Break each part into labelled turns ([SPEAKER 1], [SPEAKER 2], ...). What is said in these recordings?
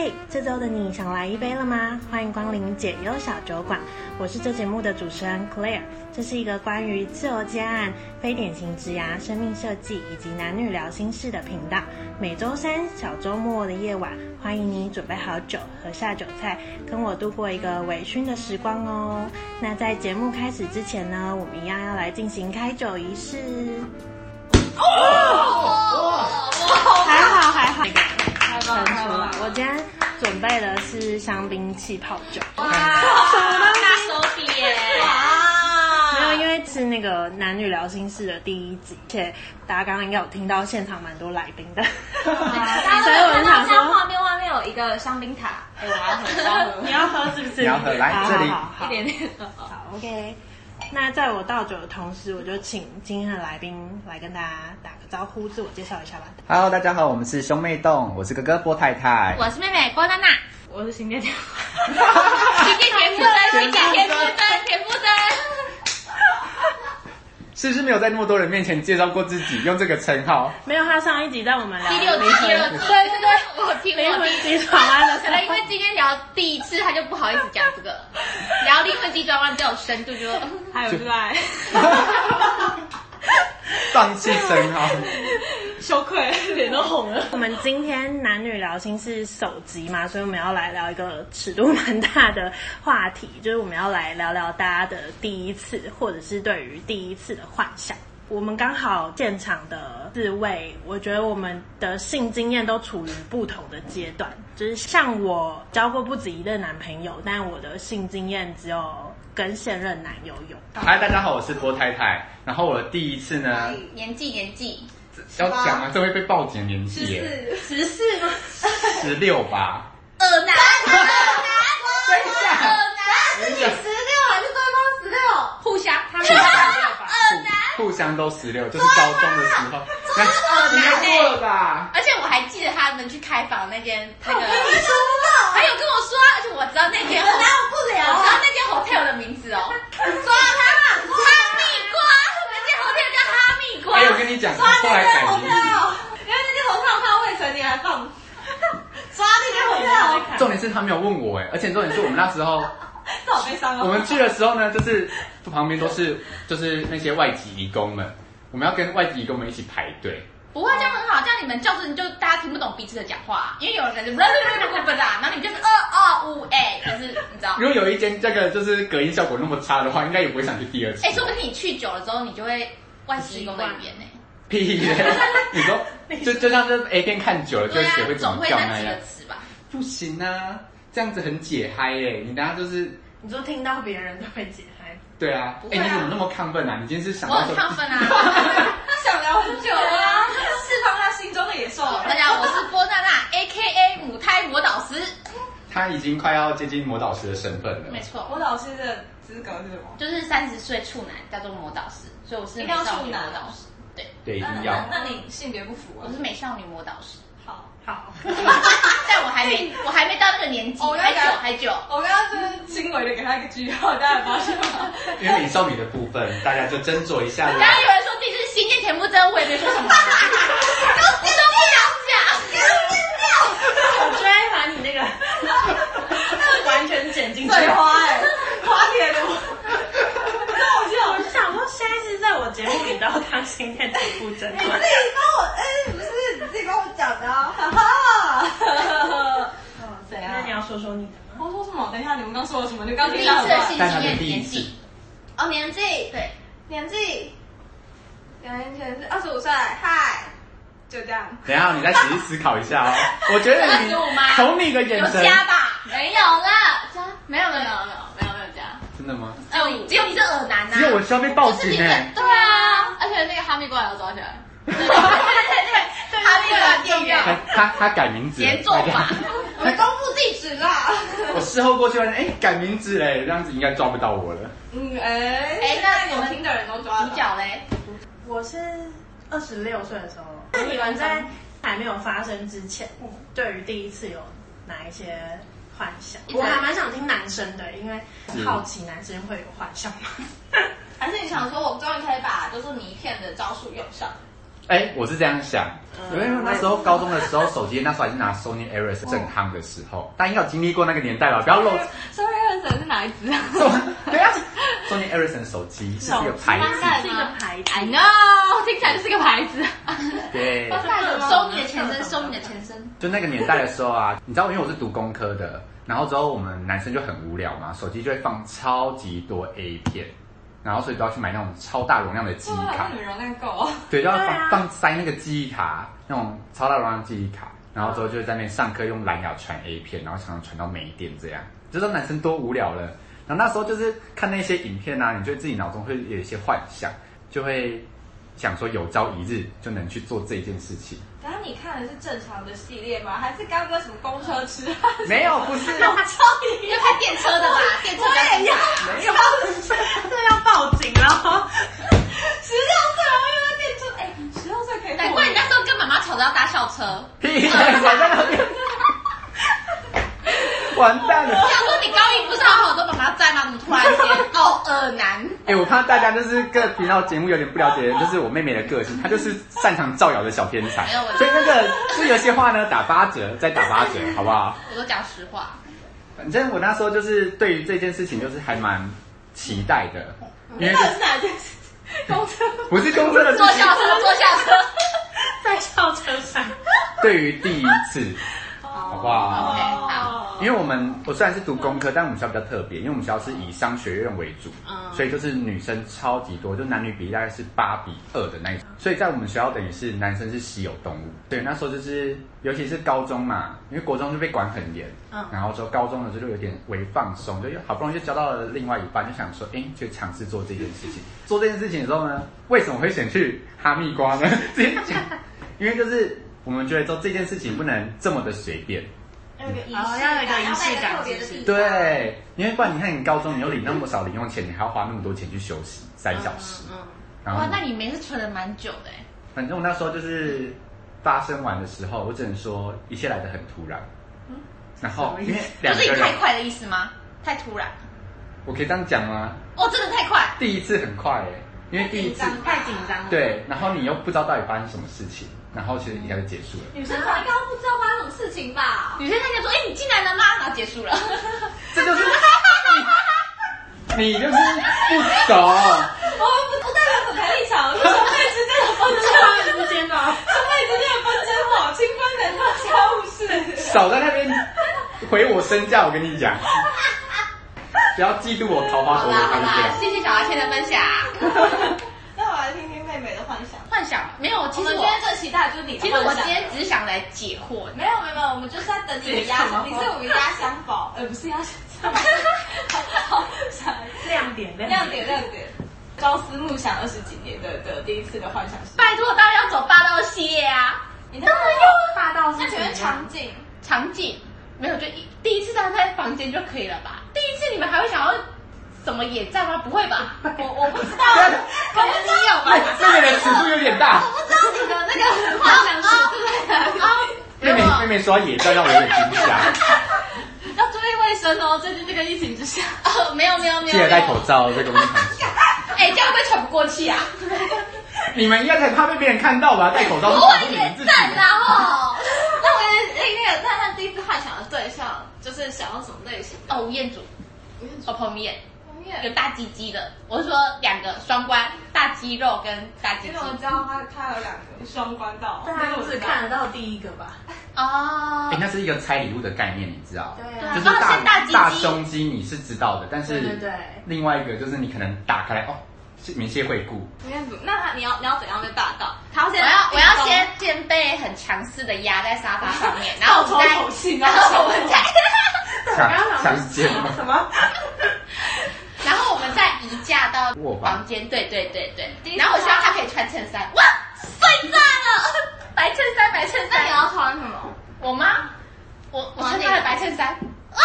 [SPEAKER 1] 嘿，这周的你想来一杯了吗？欢迎光临解忧小酒馆，我是这节目的主持人 Claire。这是一个关于自由接案、非典型职涯、生命设计以及男女聊心事的频道。每周三小周末的夜晚，欢迎你准备好酒和下酒菜，跟我度过一个微醺的时光哦。那在节目开始之前呢，我们一样要来进行开酒仪式。还好还好，
[SPEAKER 2] 太
[SPEAKER 1] 喷
[SPEAKER 2] 棒太
[SPEAKER 1] 出
[SPEAKER 2] 棒
[SPEAKER 1] 来。我今天准备的是香槟气泡酒，
[SPEAKER 2] 哇，大手笔耶！
[SPEAKER 1] 没有，
[SPEAKER 2] 哇，
[SPEAKER 1] 因为是那个男女聊心事的第一集，而且大家刚刚应该有听到现场蛮多来宾
[SPEAKER 2] 啊
[SPEAKER 1] 的，所以我就想
[SPEAKER 2] 像
[SPEAKER 1] 说
[SPEAKER 2] 画面外面有一个香槟塔，哎，我要很
[SPEAKER 1] 你要喝是不是？
[SPEAKER 3] 你要喝来
[SPEAKER 1] 好好
[SPEAKER 3] 这里
[SPEAKER 1] 好好
[SPEAKER 2] 一点点。
[SPEAKER 1] 好，OK。那在我倒酒的同时，我就请今天的来宾来跟大家打个招呼，自我介绍一下吧。
[SPEAKER 3] Hello，大家好，我们是兄妹洞，我是哥哥波太太。
[SPEAKER 2] 我是妹妹郭娜娜， 我是邢姐姐，姐姐田馥甄，姐姐田馥甄，田馥甄，
[SPEAKER 3] 是不是没有在那么多人面前介绍过自己，用这个称 号？
[SPEAKER 1] 没有，他上一集在我们聊
[SPEAKER 2] 第六
[SPEAKER 1] 离
[SPEAKER 2] 集，第六
[SPEAKER 1] 婚
[SPEAKER 2] 集，对这个我听
[SPEAKER 1] 离
[SPEAKER 2] 我
[SPEAKER 1] 婚
[SPEAKER 2] 听。
[SPEAKER 1] 机床案啊的时
[SPEAKER 2] 可
[SPEAKER 1] 候
[SPEAKER 2] 能因为今天聊第一次，他就不好意思讲这个了。聊离婚机转弯比较有深度，就
[SPEAKER 4] 还有 赖，
[SPEAKER 3] 放弃称 号，
[SPEAKER 4] 羞愧，脸都红了。
[SPEAKER 1] 我们今天男女聊心是首集嘛，所以我们要来聊一个尺度蛮大的话题，就是我们要来聊聊大家的第一次，或者是对于第一次的幻想。我们刚好现场的四位，我觉得我们的性经验都处于不同的阶段，就是像我交过不止一任男朋友，但我的性经验只有跟现任男友有。
[SPEAKER 3] 嗨，大家好，我是波太太。然后我的第一次呢，
[SPEAKER 2] 年纪年纪，
[SPEAKER 3] 要讲啊，这会被报警年纪耶，
[SPEAKER 2] 十四吗？
[SPEAKER 3] 十六吧。
[SPEAKER 2] 二男，二男，
[SPEAKER 3] 真假
[SPEAKER 2] 男
[SPEAKER 3] 真假
[SPEAKER 2] 六还是对方十六？互相，他们
[SPEAKER 3] 互相
[SPEAKER 2] 二男。
[SPEAKER 3] 互互相都十六，就是高中的时候，哎那应该过了吧？
[SPEAKER 2] 而且我还记得他们去开房那间那个，还有跟我说，而且我知道那间，我不了，我知道那间 hotel 的名字哦，抓他哈密瓜，那间 hotel 叫哈密瓜
[SPEAKER 3] 哎，，我跟你讲，后来改名字。
[SPEAKER 4] 因为那件头套他未成年还放，抓那件头套，
[SPEAKER 3] 重点是他没有问我哎，而且重点是我们那时 候。
[SPEAKER 4] 这好悲伤
[SPEAKER 3] 我
[SPEAKER 4] 哦。
[SPEAKER 3] 们去的时候呢，就是旁边都是就是那些外籍移工们，我们要跟外籍移工们一起排队。
[SPEAKER 2] 不会这样很好，这样你们叫声就大家听不懂彼此的讲话，啊因为有人就不啦不啦不 啦，然后你们就是二二五哎，就是你知道。
[SPEAKER 3] 如果有一间这个就是隔音效果那么差的话，应该也不会想去第二次。
[SPEAKER 2] 哎、说不定你去久了之后，你就会外籍工的语言呢、
[SPEAKER 3] 屁嘞！ 你说就就像是 A 片看久了就
[SPEAKER 2] 对
[SPEAKER 3] 会
[SPEAKER 2] 啊
[SPEAKER 3] 学会，怎
[SPEAKER 2] 总
[SPEAKER 3] 么
[SPEAKER 2] 会
[SPEAKER 3] 叫
[SPEAKER 2] 那
[SPEAKER 3] 那
[SPEAKER 2] 几
[SPEAKER 3] 样
[SPEAKER 2] 个，词吧。
[SPEAKER 3] 不行啊，这样子很解嗨哎，你等下就是
[SPEAKER 1] 你说听到别人就会解开，
[SPEAKER 3] 对啊
[SPEAKER 2] 不，会
[SPEAKER 3] 哎、
[SPEAKER 2] 啊
[SPEAKER 3] 你怎么那么亢奋啊？你今天是想
[SPEAKER 2] 我
[SPEAKER 3] 到
[SPEAKER 2] 很
[SPEAKER 3] 说
[SPEAKER 2] 亢奋啊！
[SPEAKER 4] 他想聊很久啊，释放他心中的野兽。
[SPEAKER 2] 大家哦好，我是波娜娜，A K A 母胎魔导师，
[SPEAKER 3] 他已经快要接近魔导师的身份了
[SPEAKER 2] 没。错，
[SPEAKER 4] 我老师的资格是什么？
[SPEAKER 2] 就是三十岁处男叫做魔导师，所以我是
[SPEAKER 4] 一
[SPEAKER 2] 美
[SPEAKER 4] 哎定要
[SPEAKER 2] 少女
[SPEAKER 4] 处男哦
[SPEAKER 2] 魔导师，对，
[SPEAKER 3] 对，一
[SPEAKER 4] 那
[SPEAKER 3] 定
[SPEAKER 4] 那
[SPEAKER 3] 要。
[SPEAKER 4] 那你性别不符
[SPEAKER 2] 我
[SPEAKER 4] 啊
[SPEAKER 2] 是？美少女魔导 师，
[SPEAKER 4] 好，
[SPEAKER 1] 好，
[SPEAKER 2] 但我还没我还没到那个年纪，
[SPEAKER 4] 哦
[SPEAKER 2] 还
[SPEAKER 4] 那
[SPEAKER 2] 久
[SPEAKER 4] 个
[SPEAKER 2] 还久。
[SPEAKER 4] 我刚刚就是轻微的给他一个句号，大家有发现吗？
[SPEAKER 3] 因为美少女的部分，大家就斟酌一 下
[SPEAKER 2] 刚
[SPEAKER 3] 啦
[SPEAKER 2] 刚。有人说自己是新界田馥甄，我也没说什么，我都不想讲。
[SPEAKER 1] 我居然把你那 个完全剪进去。
[SPEAKER 4] 水花哎，花铁的，那我就
[SPEAKER 1] 我就想说，现在是在我节目里都要当新店主妇真的。
[SPEAKER 4] 自己帮我，哎、不是你自己帮我讲的啊，哈哈。谁
[SPEAKER 1] 那
[SPEAKER 4] 啊
[SPEAKER 1] 你？要说说你的吗？
[SPEAKER 4] 我说什么？等一下，你们刚说了什么？你们刚
[SPEAKER 2] 第
[SPEAKER 4] 听
[SPEAKER 2] 一
[SPEAKER 4] 到
[SPEAKER 2] 次
[SPEAKER 4] 什
[SPEAKER 2] 的
[SPEAKER 4] 么？
[SPEAKER 2] 性经验年纪，
[SPEAKER 5] 哦，年纪，
[SPEAKER 2] 对，
[SPEAKER 5] 年纪，两年前是二十五岁，嗨，
[SPEAKER 4] 就这 样。
[SPEAKER 3] 等一下，你再仔细思考一下哦。我觉得 你
[SPEAKER 2] 25吗
[SPEAKER 3] 从你的
[SPEAKER 2] 有
[SPEAKER 3] 眼神，
[SPEAKER 2] 加吧？
[SPEAKER 5] 没有啦，加
[SPEAKER 2] 没有没有没有没有没有没有加。
[SPEAKER 3] 真的吗？
[SPEAKER 2] 哎，我只有你是耳男呐、
[SPEAKER 3] 只有我需要被报警
[SPEAKER 2] 就是你
[SPEAKER 3] 哎
[SPEAKER 2] 的。对啊，
[SPEAKER 5] 而且那个哈密瓜也要抓起来，
[SPEAKER 2] 对对对，他那个店
[SPEAKER 3] 他
[SPEAKER 2] 员
[SPEAKER 3] 他他改名字了，
[SPEAKER 2] 严重吧？
[SPEAKER 5] 我们公布地址啦。
[SPEAKER 3] 我事后过去发现，哎、改名字嘞，这样子应该抓不到我了。
[SPEAKER 4] 嗯，哎、
[SPEAKER 2] 哎
[SPEAKER 4] 哎，
[SPEAKER 2] 那
[SPEAKER 4] 那有听的人都抓
[SPEAKER 2] 主
[SPEAKER 4] 了。
[SPEAKER 2] 角嘞，
[SPEAKER 1] 我是二十六岁的时候，那你们在还没有发生之前，对于第一次有哪一些幻想？
[SPEAKER 2] 一直
[SPEAKER 1] 我还蛮想听男生的，因为好奇男生会有 幻想吗？
[SPEAKER 5] 还是你想说，我终于可以把就是迷骗的招数用上，
[SPEAKER 3] 哎、我是这样想，因为那时候高中的时候，手机那时候还是拿 Sony Ericsson 正夯的时候，大家应该有经历过那个年代吧？不要漏。
[SPEAKER 5] Sorry，二婶是哪一只啊？
[SPEAKER 3] 对啊，Sony Ericsson 手机是一个牌子，
[SPEAKER 1] 是一个牌子。
[SPEAKER 5] I know，听起来就是个牌子。
[SPEAKER 3] 对。
[SPEAKER 2] 收你的前身，收你的前身。
[SPEAKER 3] 就那个年代的时候啊，你知道，因为我是读工科的，然后之后我们男生就很无聊嘛，手机就会放超级多 A 片，然后所以都要去买那种超大容量的记忆卡
[SPEAKER 5] 哇，，你们容量够啊。
[SPEAKER 3] 对，就要放、
[SPEAKER 1] 对啊
[SPEAKER 3] 放塞那个记忆卡，那种超大容量记忆卡，然后之后就在那边上课用蓝牙传 A 片，然后常常传到没电这样，就知道男生多无聊了。然后那时候就是看那些影片啊，你就自己脑中会有一些幻想，就会想说有朝一日就能去做这件事情。
[SPEAKER 5] 然后你看的是正常的系列吗？还是刚刚什么公车 痴汉？
[SPEAKER 3] 没有，不是。哦
[SPEAKER 2] 要开电车的吧？电车比较
[SPEAKER 1] 这要报警了。
[SPEAKER 5] 十六岁然后又在变出，哎，十六岁可以
[SPEAKER 2] 难怪你那时候跟妈妈吵着要搭校车，
[SPEAKER 3] 屁！我在那边， 完蛋了
[SPEAKER 2] 我。想说你高一不是还有好多妈妈在吗？怎么突然间哦二男？
[SPEAKER 3] 哎、我怕大家就是各频道节目有点不了解，就是我妹妹的个性，她就是擅长造谣的小天才
[SPEAKER 2] 没有我，
[SPEAKER 3] 所以那个就有些话呢打八折，再打八折，好不好？
[SPEAKER 2] 我都讲实话，
[SPEAKER 3] 反正我那时候就是对于这件事情就是还蛮期待的，因为
[SPEAKER 5] 嗯到底是哪一件事？公车。
[SPEAKER 3] 不是公车的事
[SPEAKER 2] 坐
[SPEAKER 3] 情，
[SPEAKER 2] 校车，坐校车。
[SPEAKER 1] 在校车上，
[SPEAKER 3] 对于第一次，
[SPEAKER 5] 哦
[SPEAKER 3] 好不好？
[SPEAKER 2] OK，好。
[SPEAKER 3] 因为我们我虽然是读工科，但我们学校比较特别，因为我们学校是以商学院为主，
[SPEAKER 1] 嗯
[SPEAKER 3] 所以就是女生超级多，就男女比例大概是八比二的那一种。所以在我们学校等于是男生是稀有动物。对，那时候就是尤其是高中嘛，因为国中就被管很严，
[SPEAKER 1] 嗯
[SPEAKER 3] 然后说高中的时候就有点微放松，就好不容易就交到了另外一半，就想说，哎、就尝试做这件事情。做这件事情的时候呢，为什么会选去哈密瓜呢？ 直接讲，因为就是我们觉得说这件事情不能这么的随便。
[SPEAKER 1] 哦要有一个仪式感
[SPEAKER 5] 要在一个特别的地方，
[SPEAKER 3] 对，因为不然你看你高中你又领那么少零用钱，你还要花那么多钱去休息三小时，
[SPEAKER 1] 嗯
[SPEAKER 3] 然
[SPEAKER 2] 嗯
[SPEAKER 3] 后
[SPEAKER 2] 哇，那你们也是存了蛮久的欸
[SPEAKER 3] 反正我那时候就是发生完的时候，我只能说一切来得很突然。
[SPEAKER 2] 嗯
[SPEAKER 3] 然后因为两
[SPEAKER 2] 不是
[SPEAKER 3] 个
[SPEAKER 2] 你
[SPEAKER 3] 人
[SPEAKER 2] 太，快的意思吗？太突然，
[SPEAKER 3] 我可以这样讲吗？
[SPEAKER 2] 哦，真的太快。
[SPEAKER 3] 第一次很快哎、因为第一次
[SPEAKER 1] 太紧张了。，
[SPEAKER 3] 对，然后你又不知道到底发生什么事情，然后其实一下就结束了。
[SPEAKER 5] 女生应该不知道发生什么事情吧？
[SPEAKER 2] 女生在那说：“哎、你进来了吗？”然后结束 了。
[SPEAKER 3] 这就是你，你就是不懂。
[SPEAKER 5] 我们不不代表本台立 场，我是兄妹之间的纷争，
[SPEAKER 1] 校之间的。
[SPEAKER 5] 兄妹之间的纷争好，清官难断家务事。
[SPEAKER 3] 少在那边回我身价，我跟你讲，不要嫉妒我桃花
[SPEAKER 2] 好
[SPEAKER 3] 朵
[SPEAKER 2] 啦好
[SPEAKER 3] 的
[SPEAKER 2] 啦，
[SPEAKER 3] 看见。
[SPEAKER 2] 谢谢小阿倩的分享。
[SPEAKER 5] 那我来听听妹妹的幻想。
[SPEAKER 2] 幻想没有，
[SPEAKER 5] 我
[SPEAKER 2] 其实
[SPEAKER 5] 们今
[SPEAKER 2] 我
[SPEAKER 5] 天最期待的就是你的
[SPEAKER 2] 其
[SPEAKER 5] 幻
[SPEAKER 2] 实
[SPEAKER 5] 想。
[SPEAKER 2] 我今天只是想来解惑。
[SPEAKER 5] 没有没有没有，我们就是在等你的压箱，你是我们压箱宝，呃，不是压箱宝，好，想
[SPEAKER 1] 亮点亮
[SPEAKER 5] 亮点亮点。朝思暮想二十几年的的第一次的幻想是，
[SPEAKER 2] 拜托，当然要走霸道系列啊！
[SPEAKER 5] 你当然有
[SPEAKER 1] 霸道
[SPEAKER 5] 那
[SPEAKER 1] 是
[SPEAKER 5] 请问场景，
[SPEAKER 2] 场景没有，就一第一次当然在房间就可以了吧？第一次你们还会想要什么野战吗？不会 吧？
[SPEAKER 5] 我我不知道，
[SPEAKER 2] 可能你有吧？
[SPEAKER 3] 妹妹的尺度有点大，
[SPEAKER 5] 不知道 你的那个幻想是对
[SPEAKER 2] 哦
[SPEAKER 3] 妹妹妹妹说野战让我有点 惊吓，
[SPEAKER 5] 要注意卫生哦，最近这个疫情之下，
[SPEAKER 2] 哦， 没有没有没有。
[SPEAKER 3] 记得戴口罩，这个问题。
[SPEAKER 2] 哎、这样会不会喘不过气 啊？
[SPEAKER 3] 你们应该才怕被别人看到吧？戴口罩
[SPEAKER 2] 不
[SPEAKER 3] 是保护
[SPEAKER 2] 会
[SPEAKER 3] 你
[SPEAKER 2] 野
[SPEAKER 3] 们自己。
[SPEAKER 2] 战啦吼！
[SPEAKER 5] 那我那那个那那第一次幻想的对象就是想要什么类型的？
[SPEAKER 2] 哦，吴彦祖，哦，彭于晏。
[SPEAKER 5] 红
[SPEAKER 2] 有
[SPEAKER 5] 叶，
[SPEAKER 2] 大鸡鸡的，我是说两个双关，大肌肉跟大鸡
[SPEAKER 5] 因
[SPEAKER 2] 鸡
[SPEAKER 5] 为。我知道他他有两个双关到，
[SPEAKER 1] 大家只看得到第一个吧？
[SPEAKER 2] 哦
[SPEAKER 3] 哎，，那是一个拆礼物的概念，你知道？
[SPEAKER 5] 对
[SPEAKER 2] 对
[SPEAKER 5] 啊
[SPEAKER 2] 啊
[SPEAKER 3] 就是
[SPEAKER 2] 哦
[SPEAKER 3] 大
[SPEAKER 2] 是大鸡鸡
[SPEAKER 3] 大胸肌你是知道的，但
[SPEAKER 1] 对对对
[SPEAKER 3] 是，另外一个就是你可能打开来哦，是明谢惠顾，
[SPEAKER 5] 你看，那他你要你要怎样被霸道？他要
[SPEAKER 2] 我
[SPEAKER 5] 先
[SPEAKER 2] 要我要先先被很强势的压在沙发上面，然
[SPEAKER 5] 倒
[SPEAKER 2] 后
[SPEAKER 5] 抽
[SPEAKER 2] 我 再，
[SPEAKER 5] 口气，
[SPEAKER 2] 然后我们再，
[SPEAKER 3] 强强奸吗？
[SPEAKER 1] 什么？
[SPEAKER 2] 然后我们再移驾到
[SPEAKER 3] 卧房
[SPEAKER 2] 房间，对对对
[SPEAKER 5] 第
[SPEAKER 2] 对。
[SPEAKER 5] 一次
[SPEAKER 2] 然后我希望他可以穿衬衫，哇，帅炸了！ 白衬衫，白衬
[SPEAKER 5] 那你
[SPEAKER 2] 衫，
[SPEAKER 5] 要穿什么？
[SPEAKER 2] 我吗？哦我我穿他的白衬衫，哇，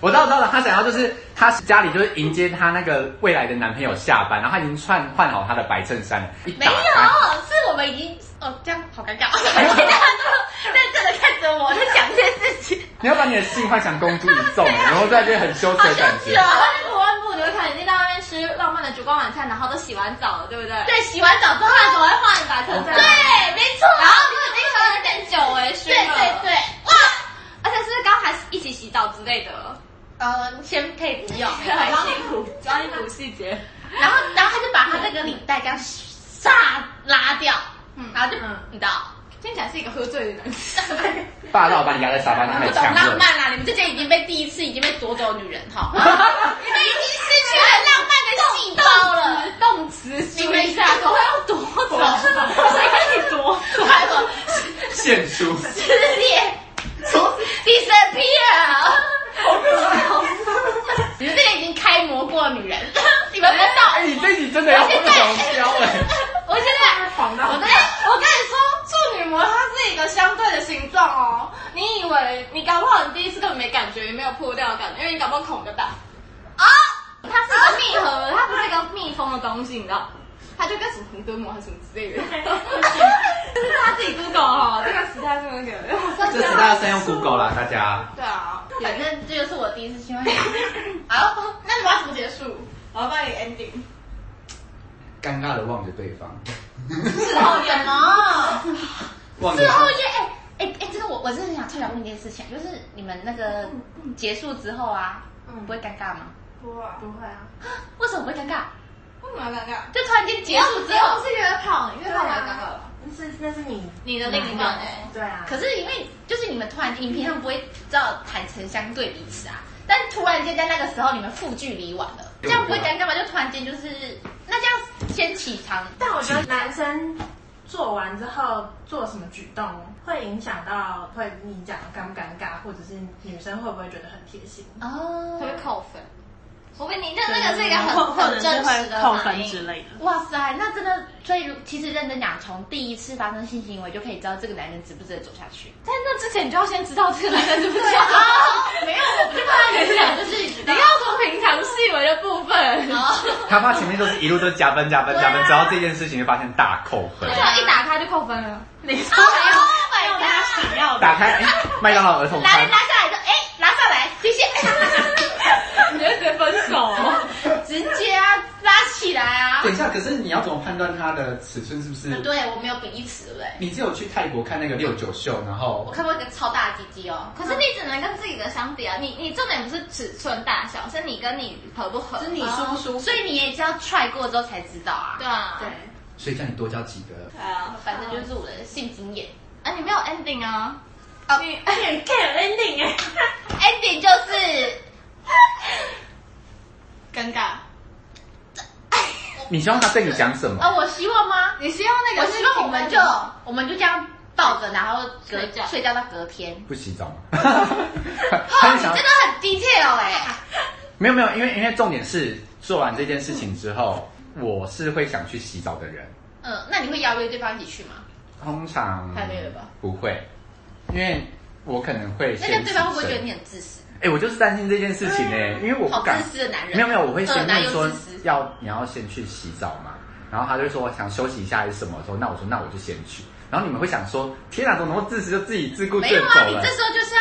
[SPEAKER 3] 我知道，我知道了。她想要就是她家里就是迎接她那个未来的男朋友下班，然后她已经穿换好她的白衬衫了，一
[SPEAKER 2] 没
[SPEAKER 3] 打
[SPEAKER 2] 有
[SPEAKER 3] 开，，
[SPEAKER 2] 是我们已经哦，这样好尴尬， 大家都认真的看着我在讲这件事情。
[SPEAKER 3] 你要把你的性幻想公诸于众，然后在这边很羞耻
[SPEAKER 2] 好
[SPEAKER 3] 的
[SPEAKER 2] 羞
[SPEAKER 3] 感
[SPEAKER 2] 耻
[SPEAKER 3] 觉。
[SPEAKER 5] 啊
[SPEAKER 2] 哦！
[SPEAKER 5] 那个国外部你会看，你在那边吃浪漫的烛光晚餐，然后都洗完澡了，对不对？
[SPEAKER 2] 对，洗完澡之后
[SPEAKER 5] 后，来怎么会换一把特
[SPEAKER 2] 对
[SPEAKER 5] 战？，
[SPEAKER 2] 没错，
[SPEAKER 5] 然后已经有点久违
[SPEAKER 2] 对
[SPEAKER 5] 醺了，
[SPEAKER 2] 对对，哇，
[SPEAKER 5] 而且是不是刚还一起洗澡之类的？
[SPEAKER 2] 呃，先可以不 用，没关系
[SPEAKER 5] 补，帮你补细节。
[SPEAKER 2] 然后，然后他就把他那个领带这样唰拉掉，嗯，然后就、你知道，
[SPEAKER 5] 听起来是一个喝醉的男生。
[SPEAKER 3] 霸道把你压在沙发上
[SPEAKER 2] 不
[SPEAKER 3] 面
[SPEAKER 2] 懂
[SPEAKER 3] 强
[SPEAKER 2] 浪
[SPEAKER 3] 吻，
[SPEAKER 2] 漫啦、啊你们这些已经被第一次已经被夺走的女人 哈，你们已经失去了浪漫的细胞了。
[SPEAKER 5] 动词
[SPEAKER 2] 你
[SPEAKER 5] 说
[SPEAKER 2] 们
[SPEAKER 5] 一下，怎么要夺走？ 谁跟你夺走？
[SPEAKER 2] 还有
[SPEAKER 3] 献出。
[SPEAKER 2] 撕裂，从 disappear。你们这些已经开模过的女人，你们不懂。
[SPEAKER 3] 哎，你这集真的要红标 哎！
[SPEAKER 2] 我现在
[SPEAKER 5] 狂到
[SPEAKER 2] 我在
[SPEAKER 5] 我跟你说，处女膜它是一个相对的形状哦。你以为你搞不好你第一次根本没感觉，也没有破掉的感觉，因为你搞不好孔就大。
[SPEAKER 2] 啊，
[SPEAKER 5] 它哦是一个密合的，它不是一个密封的东西，你知道？它就跟什么横膈膜还是什么之类的。这是他自己 Google 哦，这个时代是那个。
[SPEAKER 3] 这十大声用 Google 啦，大家。
[SPEAKER 5] 对啊，
[SPEAKER 2] 反正这就是我第一次去外面。好，那你们要怎么结束？
[SPEAKER 4] 我要帮你 ending。
[SPEAKER 3] 尴尬的望着对方，
[SPEAKER 2] 事后什么？
[SPEAKER 3] 望着
[SPEAKER 2] 事后就哎哎哎，这个我我真的很想特想问一件事情，就是你们那个结束之后啊，不会尴尬吗？
[SPEAKER 4] 不啊，
[SPEAKER 5] 不会啊，
[SPEAKER 2] 为什么不会尴尬？
[SPEAKER 5] 为什么要尴尬？
[SPEAKER 2] 就突然间结束之后，
[SPEAKER 5] 是约炮，约炮蛮尴尬 的。
[SPEAKER 1] 是那是你
[SPEAKER 5] 你的另一半哎，
[SPEAKER 1] 对啊，
[SPEAKER 2] 可是因为就是你们突然，你们平常不会知道坦诚相对彼此啊，但突然间在那个时候你们负距离完了，这样不会尴尬吗？就突然间就是那这样先起床，
[SPEAKER 1] 但我觉得男生做完之后做什么举动，会影响到会你讲尴不尴尬，或者是女生会不会觉得很贴心，
[SPEAKER 2] 哦，
[SPEAKER 5] 会扣分。我跟你，那那个是一个
[SPEAKER 1] 或
[SPEAKER 5] 很
[SPEAKER 1] 或者
[SPEAKER 5] 很
[SPEAKER 1] 是
[SPEAKER 5] 真
[SPEAKER 1] 会
[SPEAKER 5] 实的
[SPEAKER 1] 扣
[SPEAKER 5] 反
[SPEAKER 1] 分
[SPEAKER 5] 应
[SPEAKER 1] 之类的。
[SPEAKER 2] 哇塞，那真的，所以如其实认真讲，从第一次发生性行为就可以知道这个男人值不值得走下去。
[SPEAKER 5] 但那之前你就要先知道这个男生是不是
[SPEAKER 2] 没有，我不是怕你讲，就是
[SPEAKER 5] 你要从平常细微的部分。
[SPEAKER 2] 哦，
[SPEAKER 3] 他怕前面都是一路都加分加分
[SPEAKER 2] 对
[SPEAKER 3] 加分，
[SPEAKER 2] 啊
[SPEAKER 3] 只要这件事情就发现大扣分
[SPEAKER 5] 而。且一打开就扣分了。
[SPEAKER 1] 你说
[SPEAKER 2] 哎呦
[SPEAKER 1] 没有
[SPEAKER 5] 啊
[SPEAKER 1] 他想要的，
[SPEAKER 3] 打开哎麦当劳儿童
[SPEAKER 2] 拿
[SPEAKER 3] 餐
[SPEAKER 2] 拿，下来就哎，拿上来，谢谢，
[SPEAKER 5] 你会直接分手、
[SPEAKER 2] 直接啊，拉起来啊。
[SPEAKER 3] 等一下，可是你要怎么判断它的尺寸是不是？
[SPEAKER 2] 对，我没有比例尺，对不对？
[SPEAKER 3] 你只有去泰国看那个六九秀，然
[SPEAKER 2] 我
[SPEAKER 3] 后
[SPEAKER 2] 看过一个超大的鸡鸡哦，
[SPEAKER 5] 可是你只能跟自己的相比啊，你你重点不是尺寸大小，是你跟你合不合。
[SPEAKER 1] 就是你舒不舒服？
[SPEAKER 2] 哦所以你也是要 try 过之后才知道啊。
[SPEAKER 5] 对啊，
[SPEAKER 1] 对，
[SPEAKER 3] 所以叫你多交几个。
[SPEAKER 5] 对啊，
[SPEAKER 2] 反正就是我的性经验。
[SPEAKER 5] 啊，你没有 ending 啊。
[SPEAKER 2] 哦
[SPEAKER 5] 你 啊
[SPEAKER 1] care ending 哎，
[SPEAKER 2] ending 就是
[SPEAKER 5] 尴尬。
[SPEAKER 3] 你希望他对你讲什么？
[SPEAKER 2] 啊，我希望吗？
[SPEAKER 5] 你希望那
[SPEAKER 2] 我
[SPEAKER 5] 个？
[SPEAKER 2] 希望我们就我们就这样抱着，然后隔
[SPEAKER 5] 睡觉
[SPEAKER 2] 睡觉到隔天。哦
[SPEAKER 3] 不 洗澡吗？ 他
[SPEAKER 2] 你
[SPEAKER 3] 就
[SPEAKER 2] 真
[SPEAKER 3] 想
[SPEAKER 2] 的很 detail 哎、
[SPEAKER 3] 没有没有，因为因为重点是做完这件事情之后，我是会想去洗澡的人。
[SPEAKER 2] 嗯，那你会邀约对方一起去吗？
[SPEAKER 3] 通常
[SPEAKER 2] 太累了吧？
[SPEAKER 3] 不会，因为我可能会
[SPEAKER 2] 那
[SPEAKER 3] 先
[SPEAKER 2] 这样对方会不会
[SPEAKER 3] 起
[SPEAKER 2] 觉
[SPEAKER 3] 身
[SPEAKER 2] 得你很自私？
[SPEAKER 3] 哎、我就是担心这件事情呢、因为我
[SPEAKER 2] 好
[SPEAKER 3] 不敢
[SPEAKER 2] 自。私的男人。
[SPEAKER 3] 没有没有，我会先
[SPEAKER 2] 呃男
[SPEAKER 3] 问
[SPEAKER 2] 友
[SPEAKER 3] 说
[SPEAKER 2] 自私
[SPEAKER 3] 要你要先去洗澡嘛，然后他就说我想休息一下还是什么的时候，那我说那我就先去，然后你们会想说天哪，怎么那么自私就自己自顾自
[SPEAKER 2] 没
[SPEAKER 3] 地
[SPEAKER 2] 有
[SPEAKER 3] 走
[SPEAKER 2] 啊，你
[SPEAKER 3] 了
[SPEAKER 2] 这？时候就是要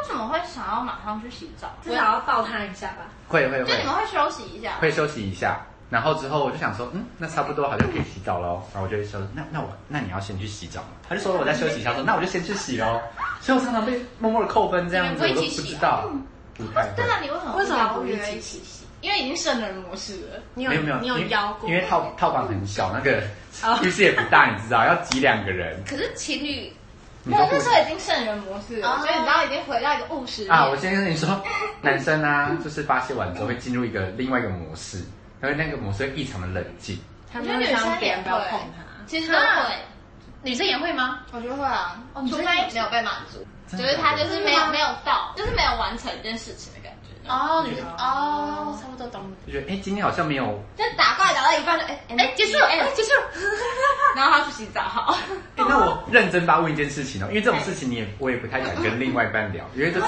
[SPEAKER 5] 为什么会想要马上去洗澡？
[SPEAKER 1] 至少要抱他一下吧。
[SPEAKER 3] 会会
[SPEAKER 5] 就你们
[SPEAKER 3] 会
[SPEAKER 5] 会休息一下。
[SPEAKER 3] 会休息一下，然后之后我就想说嗯，那差不多好像可以洗澡喽，然后我就会说那那我那你要先去洗澡嘛，他就说我在休息一下，说那我就先去洗喽，所以我常常被默默的扣分这样子，我
[SPEAKER 2] 你们
[SPEAKER 3] 都
[SPEAKER 2] 不一
[SPEAKER 3] 不
[SPEAKER 2] 起洗
[SPEAKER 3] 知
[SPEAKER 2] 啊
[SPEAKER 3] 道，不太会
[SPEAKER 5] 对。啊，你为什么
[SPEAKER 1] 为什么
[SPEAKER 5] 邀
[SPEAKER 1] 不一
[SPEAKER 5] 约
[SPEAKER 1] 起
[SPEAKER 5] 一起洗？因为已经圣人模式了。
[SPEAKER 1] 你
[SPEAKER 3] 没有没有，
[SPEAKER 1] 你有
[SPEAKER 3] 因为
[SPEAKER 1] 邀过？
[SPEAKER 3] 因为套套房很小，那个
[SPEAKER 2] 哦
[SPEAKER 3] 浴室也不大，你知道，要挤两个人。
[SPEAKER 2] 可是情侣
[SPEAKER 3] 你
[SPEAKER 5] 没
[SPEAKER 3] 都
[SPEAKER 5] 有，
[SPEAKER 3] 不
[SPEAKER 5] 那时候已经圣人模式了，
[SPEAKER 2] 哦
[SPEAKER 5] 所以你知道已经回到一个务实面
[SPEAKER 3] 啊，我先跟你说，男生啊，就是发泄完之后会进入一个另外一个模式，因为那个模式会异常的冷静。
[SPEAKER 1] 他们会相别人不要碰他。
[SPEAKER 5] 啊其实都会，
[SPEAKER 2] 女生也会吗？哦
[SPEAKER 5] 我觉得会啊，
[SPEAKER 2] 你
[SPEAKER 5] 除
[SPEAKER 2] 真
[SPEAKER 5] 非
[SPEAKER 2] 的
[SPEAKER 5] 没有被满足，
[SPEAKER 3] 真
[SPEAKER 5] 就
[SPEAKER 3] 的
[SPEAKER 5] 是他就是
[SPEAKER 2] 真的
[SPEAKER 5] 没有
[SPEAKER 2] 吗
[SPEAKER 5] 没有到，就是没有完成一件事情的感觉。哦，
[SPEAKER 2] 哦，女生
[SPEAKER 1] 有
[SPEAKER 2] 哦，差不多懂。
[SPEAKER 3] 就觉得哎，今天好像没有，
[SPEAKER 5] 就打怪打到一半就哎
[SPEAKER 2] 哎，结束了， 哎，结束了。
[SPEAKER 5] 然后他去洗澡，好，
[SPEAKER 3] 哎那我认真发问一件事情哦，因为这种事情你也我也不太敢跟另外一半
[SPEAKER 5] 哎
[SPEAKER 3] 聊，因为就是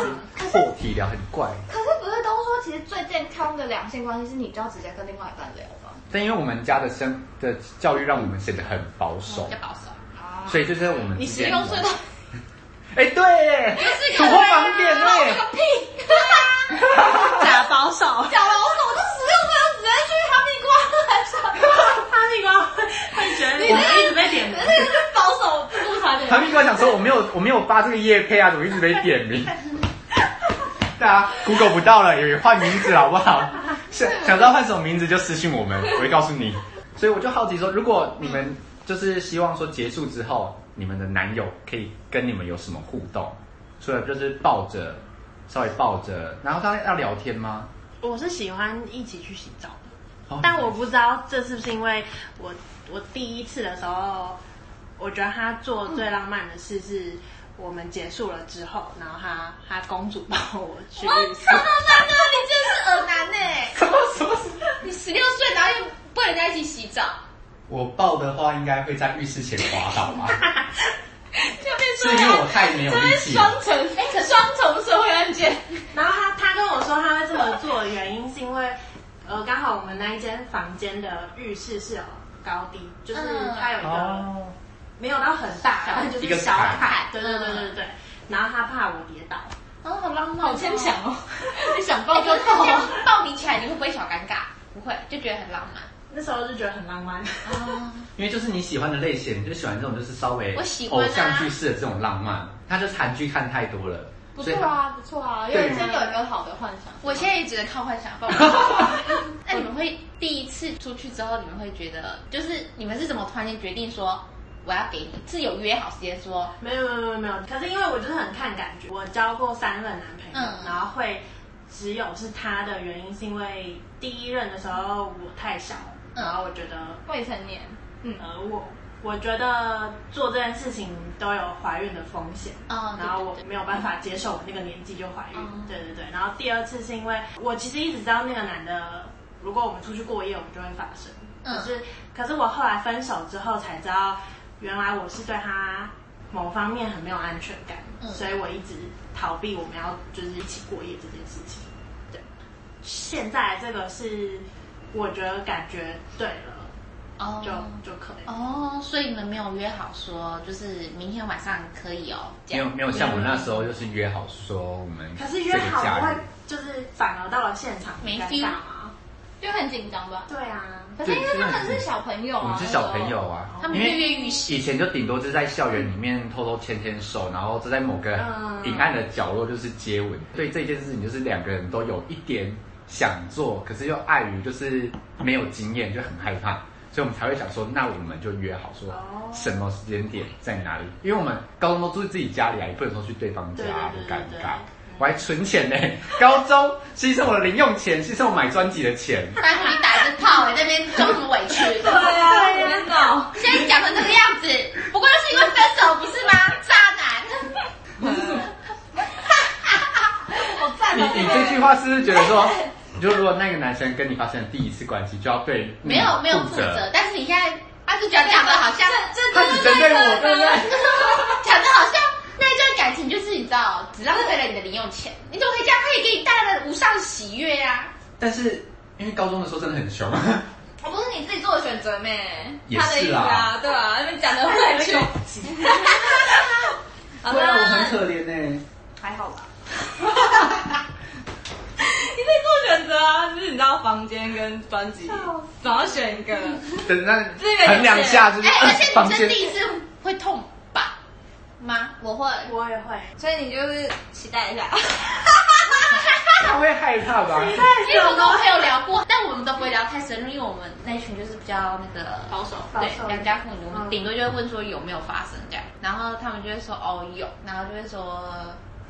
[SPEAKER 3] 破题聊很怪。
[SPEAKER 5] 可是不是都说其实最健康的两性关系是你就要直接跟另外一半聊吗？
[SPEAKER 3] 但因为我们家的生的教育让我们显得很保守
[SPEAKER 2] 比较，保守，
[SPEAKER 5] 哦啊，
[SPEAKER 3] 所以就是我们
[SPEAKER 5] 你
[SPEAKER 3] 之
[SPEAKER 5] 十
[SPEAKER 3] 间
[SPEAKER 5] 六岁了，
[SPEAKER 3] 哎，对耶，
[SPEAKER 5] 是
[SPEAKER 3] 土
[SPEAKER 5] 个
[SPEAKER 3] 破方便
[SPEAKER 5] 那
[SPEAKER 3] 哎
[SPEAKER 5] 个。屁，
[SPEAKER 1] 假保守，
[SPEAKER 5] 讲了我怎么就十六岁就直接去哈密瓜？
[SPEAKER 3] 有我没有发这个叶配啊，怎么一直被点 名？对啊，Google 不到了，也换名字好不好？想想知道换什么名字就私信我们，我会告诉你。所以我就好奇说，如果你们就是希望说结束之后，你们的男友可以跟你们有什么互动？除了就是抱着，稍微抱着，然后他要聊天吗？
[SPEAKER 1] 我是喜欢一起去洗澡的，
[SPEAKER 3] 哦
[SPEAKER 1] 但我不知道这是不是因为我我第一次的时候，我觉得他做最浪漫的事是我们结束了之后，然后他他公主抱我去浴室
[SPEAKER 2] 超，浪漫的，你真的是耳男呢、
[SPEAKER 3] 什么什么？
[SPEAKER 2] 你十六岁，然后又不跟人家一起洗澡，
[SPEAKER 3] 我抱的话，应该会在浴室前滑倒吧？
[SPEAKER 2] 就变
[SPEAKER 3] 是因为我太没有力气了。
[SPEAKER 2] 重哎、可双重社会案 件。
[SPEAKER 1] 然后他他跟我说他会这么做的原因是因为，呃，刚好我们那一间房间的浴室是有高低，就是
[SPEAKER 2] 嗯
[SPEAKER 1] 它有一个。
[SPEAKER 3] 哦，
[SPEAKER 1] 没有到很大，然后就
[SPEAKER 3] 一个
[SPEAKER 1] 是小
[SPEAKER 3] 坎
[SPEAKER 1] 坎，对对
[SPEAKER 2] 嗯
[SPEAKER 1] 对对对。然后他怕我跌倒，
[SPEAKER 2] 然哦后好浪漫，好
[SPEAKER 5] 好牵强哦， 你想
[SPEAKER 2] 哎
[SPEAKER 5] 抱
[SPEAKER 2] 可
[SPEAKER 5] 就是抱
[SPEAKER 2] 这。样抱你起来，你会不会小尴尬？不会，就觉得很浪漫。
[SPEAKER 1] 那时候就觉得很浪漫。
[SPEAKER 2] 哦，
[SPEAKER 3] 因为就是你喜欢的类型，你就喜欢这种就是稍微
[SPEAKER 2] 我喜欢
[SPEAKER 3] 偶
[SPEAKER 2] 啊
[SPEAKER 3] 像剧式的这种浪漫。他就是韩剧看太多了，
[SPEAKER 5] 不
[SPEAKER 3] 所以
[SPEAKER 5] 错啊，不错啊，有
[SPEAKER 3] 对
[SPEAKER 5] 人生有一个好的幻想。
[SPEAKER 2] 我现在也只能靠幻想抱 我。那你们会第一次出去之后，你们会觉得，就是你们是怎么突然间决定说我要给你？是有约好时间说？
[SPEAKER 1] 没有没有没有没有，可是因为我就是很看感觉，我交过三任男朋友，
[SPEAKER 2] 嗯
[SPEAKER 1] 然后会只有是他的原因是因为第一任的时候我太小，
[SPEAKER 2] 嗯
[SPEAKER 1] 然后我觉得
[SPEAKER 5] 未成年，嗯，
[SPEAKER 1] 呃我我觉得做这件事情都有怀孕的风险，
[SPEAKER 2] 嗯
[SPEAKER 1] 然后我没有办法接受我那个年纪就怀孕，
[SPEAKER 2] 嗯
[SPEAKER 1] 对对对。然后第二次是因为我其实一直知道那个男的，如果我们出去过夜，我们就会发生。
[SPEAKER 2] 嗯
[SPEAKER 1] 可是可是我后来分手之后才知道，原来我是对他某方面很没有安全感，
[SPEAKER 2] 嗯
[SPEAKER 1] 所以我一直逃避我们要就是一起过夜这件事情。对，现在这个是我觉得感觉对了，
[SPEAKER 2] 哦
[SPEAKER 1] 就、就可以了。
[SPEAKER 2] 哦，所以你们没有约好说，就是明天晚上可以哦，这
[SPEAKER 3] 没有
[SPEAKER 2] 样
[SPEAKER 3] 没有像我那时候就是约好说我们
[SPEAKER 1] 可是
[SPEAKER 3] 这
[SPEAKER 1] 约
[SPEAKER 3] 个
[SPEAKER 1] 好不
[SPEAKER 3] 假
[SPEAKER 1] 会
[SPEAKER 3] 日，
[SPEAKER 1] 就是反而到了现场
[SPEAKER 2] 没
[SPEAKER 1] 尴
[SPEAKER 2] feel
[SPEAKER 1] 尬吗？
[SPEAKER 5] 就很紧张吧。
[SPEAKER 1] 对啊，
[SPEAKER 5] 可是因为他们是小朋友啊，
[SPEAKER 3] 我们是小朋友啊，
[SPEAKER 2] 哦他们
[SPEAKER 3] 因
[SPEAKER 2] 跃
[SPEAKER 3] 为
[SPEAKER 2] 跃欲试。
[SPEAKER 3] 以前就顶多就在校园里面偷偷牵牵手，然后就在某个
[SPEAKER 1] 嗯
[SPEAKER 3] 阴暗的角落就是接吻。对这件事情，就是两个人都有一点想做，可是又碍于就是没有经验，就很害怕，所以我们才会想说，那我们就约好说
[SPEAKER 1] 哦
[SPEAKER 3] 什么时间点在哪里，因为我们高中都住自己家里啊，也不能说去对方家，
[SPEAKER 1] 对对哦
[SPEAKER 3] 就
[SPEAKER 1] 对
[SPEAKER 3] 尴
[SPEAKER 1] 对对
[SPEAKER 3] 尬。我还存钱呢、高中牺牲我的零用钱，牺牲我买专辑的钱。
[SPEAKER 2] 当初你打一 个炮，你在那边装什么委屈？
[SPEAKER 5] 啊，真的。
[SPEAKER 2] 现在讲成这个样子，不过就是因为分手，不是吗？渣男。
[SPEAKER 3] 你你这句话是不是觉得说，你就如果那个男生跟你发生第一次关系，就要对你
[SPEAKER 2] 没有没有负
[SPEAKER 3] 负
[SPEAKER 2] 责，？但是你现在啊就觉得讲的好像这
[SPEAKER 3] 他只针对我，对不对？
[SPEAKER 2] 讲的好像那一段感情就是你知道，只浪费了你的零用钱，你怎么可以这样？他也给你带来了无上喜悦呀、
[SPEAKER 3] 但是因为高中的时候真的很凶，
[SPEAKER 5] 我不是你自己做的选择咩？
[SPEAKER 3] 也
[SPEAKER 5] 他的意
[SPEAKER 3] 是
[SPEAKER 5] 思
[SPEAKER 3] 啊
[SPEAKER 5] 啊，对啊，那边讲的委屈。好
[SPEAKER 3] 对啊，我
[SPEAKER 5] 的
[SPEAKER 3] 很，可怜 呢。
[SPEAKER 5] 还好 吧。你自己做选择啊，就是你知道房间跟专辑，总要选一个。
[SPEAKER 3] 等那
[SPEAKER 5] 这个也是
[SPEAKER 3] 衡量一下，就是
[SPEAKER 2] 哎、而且
[SPEAKER 3] 房
[SPEAKER 2] 女生
[SPEAKER 3] 间
[SPEAKER 2] 第一次会痛吧？吗？我会，
[SPEAKER 1] 我也会。
[SPEAKER 5] 所以你就是期待一下。
[SPEAKER 3] 他会害怕吧？
[SPEAKER 2] 因为我跟我朋友聊过，但我们都不会聊太深入，因为我们那一群就是比较那个
[SPEAKER 5] 保守
[SPEAKER 2] 对
[SPEAKER 1] 保守
[SPEAKER 2] 良家妇女，我们
[SPEAKER 1] 嗯
[SPEAKER 2] 顶多就会问说有没有发生这样，然后他们就会说哦有，然后就会说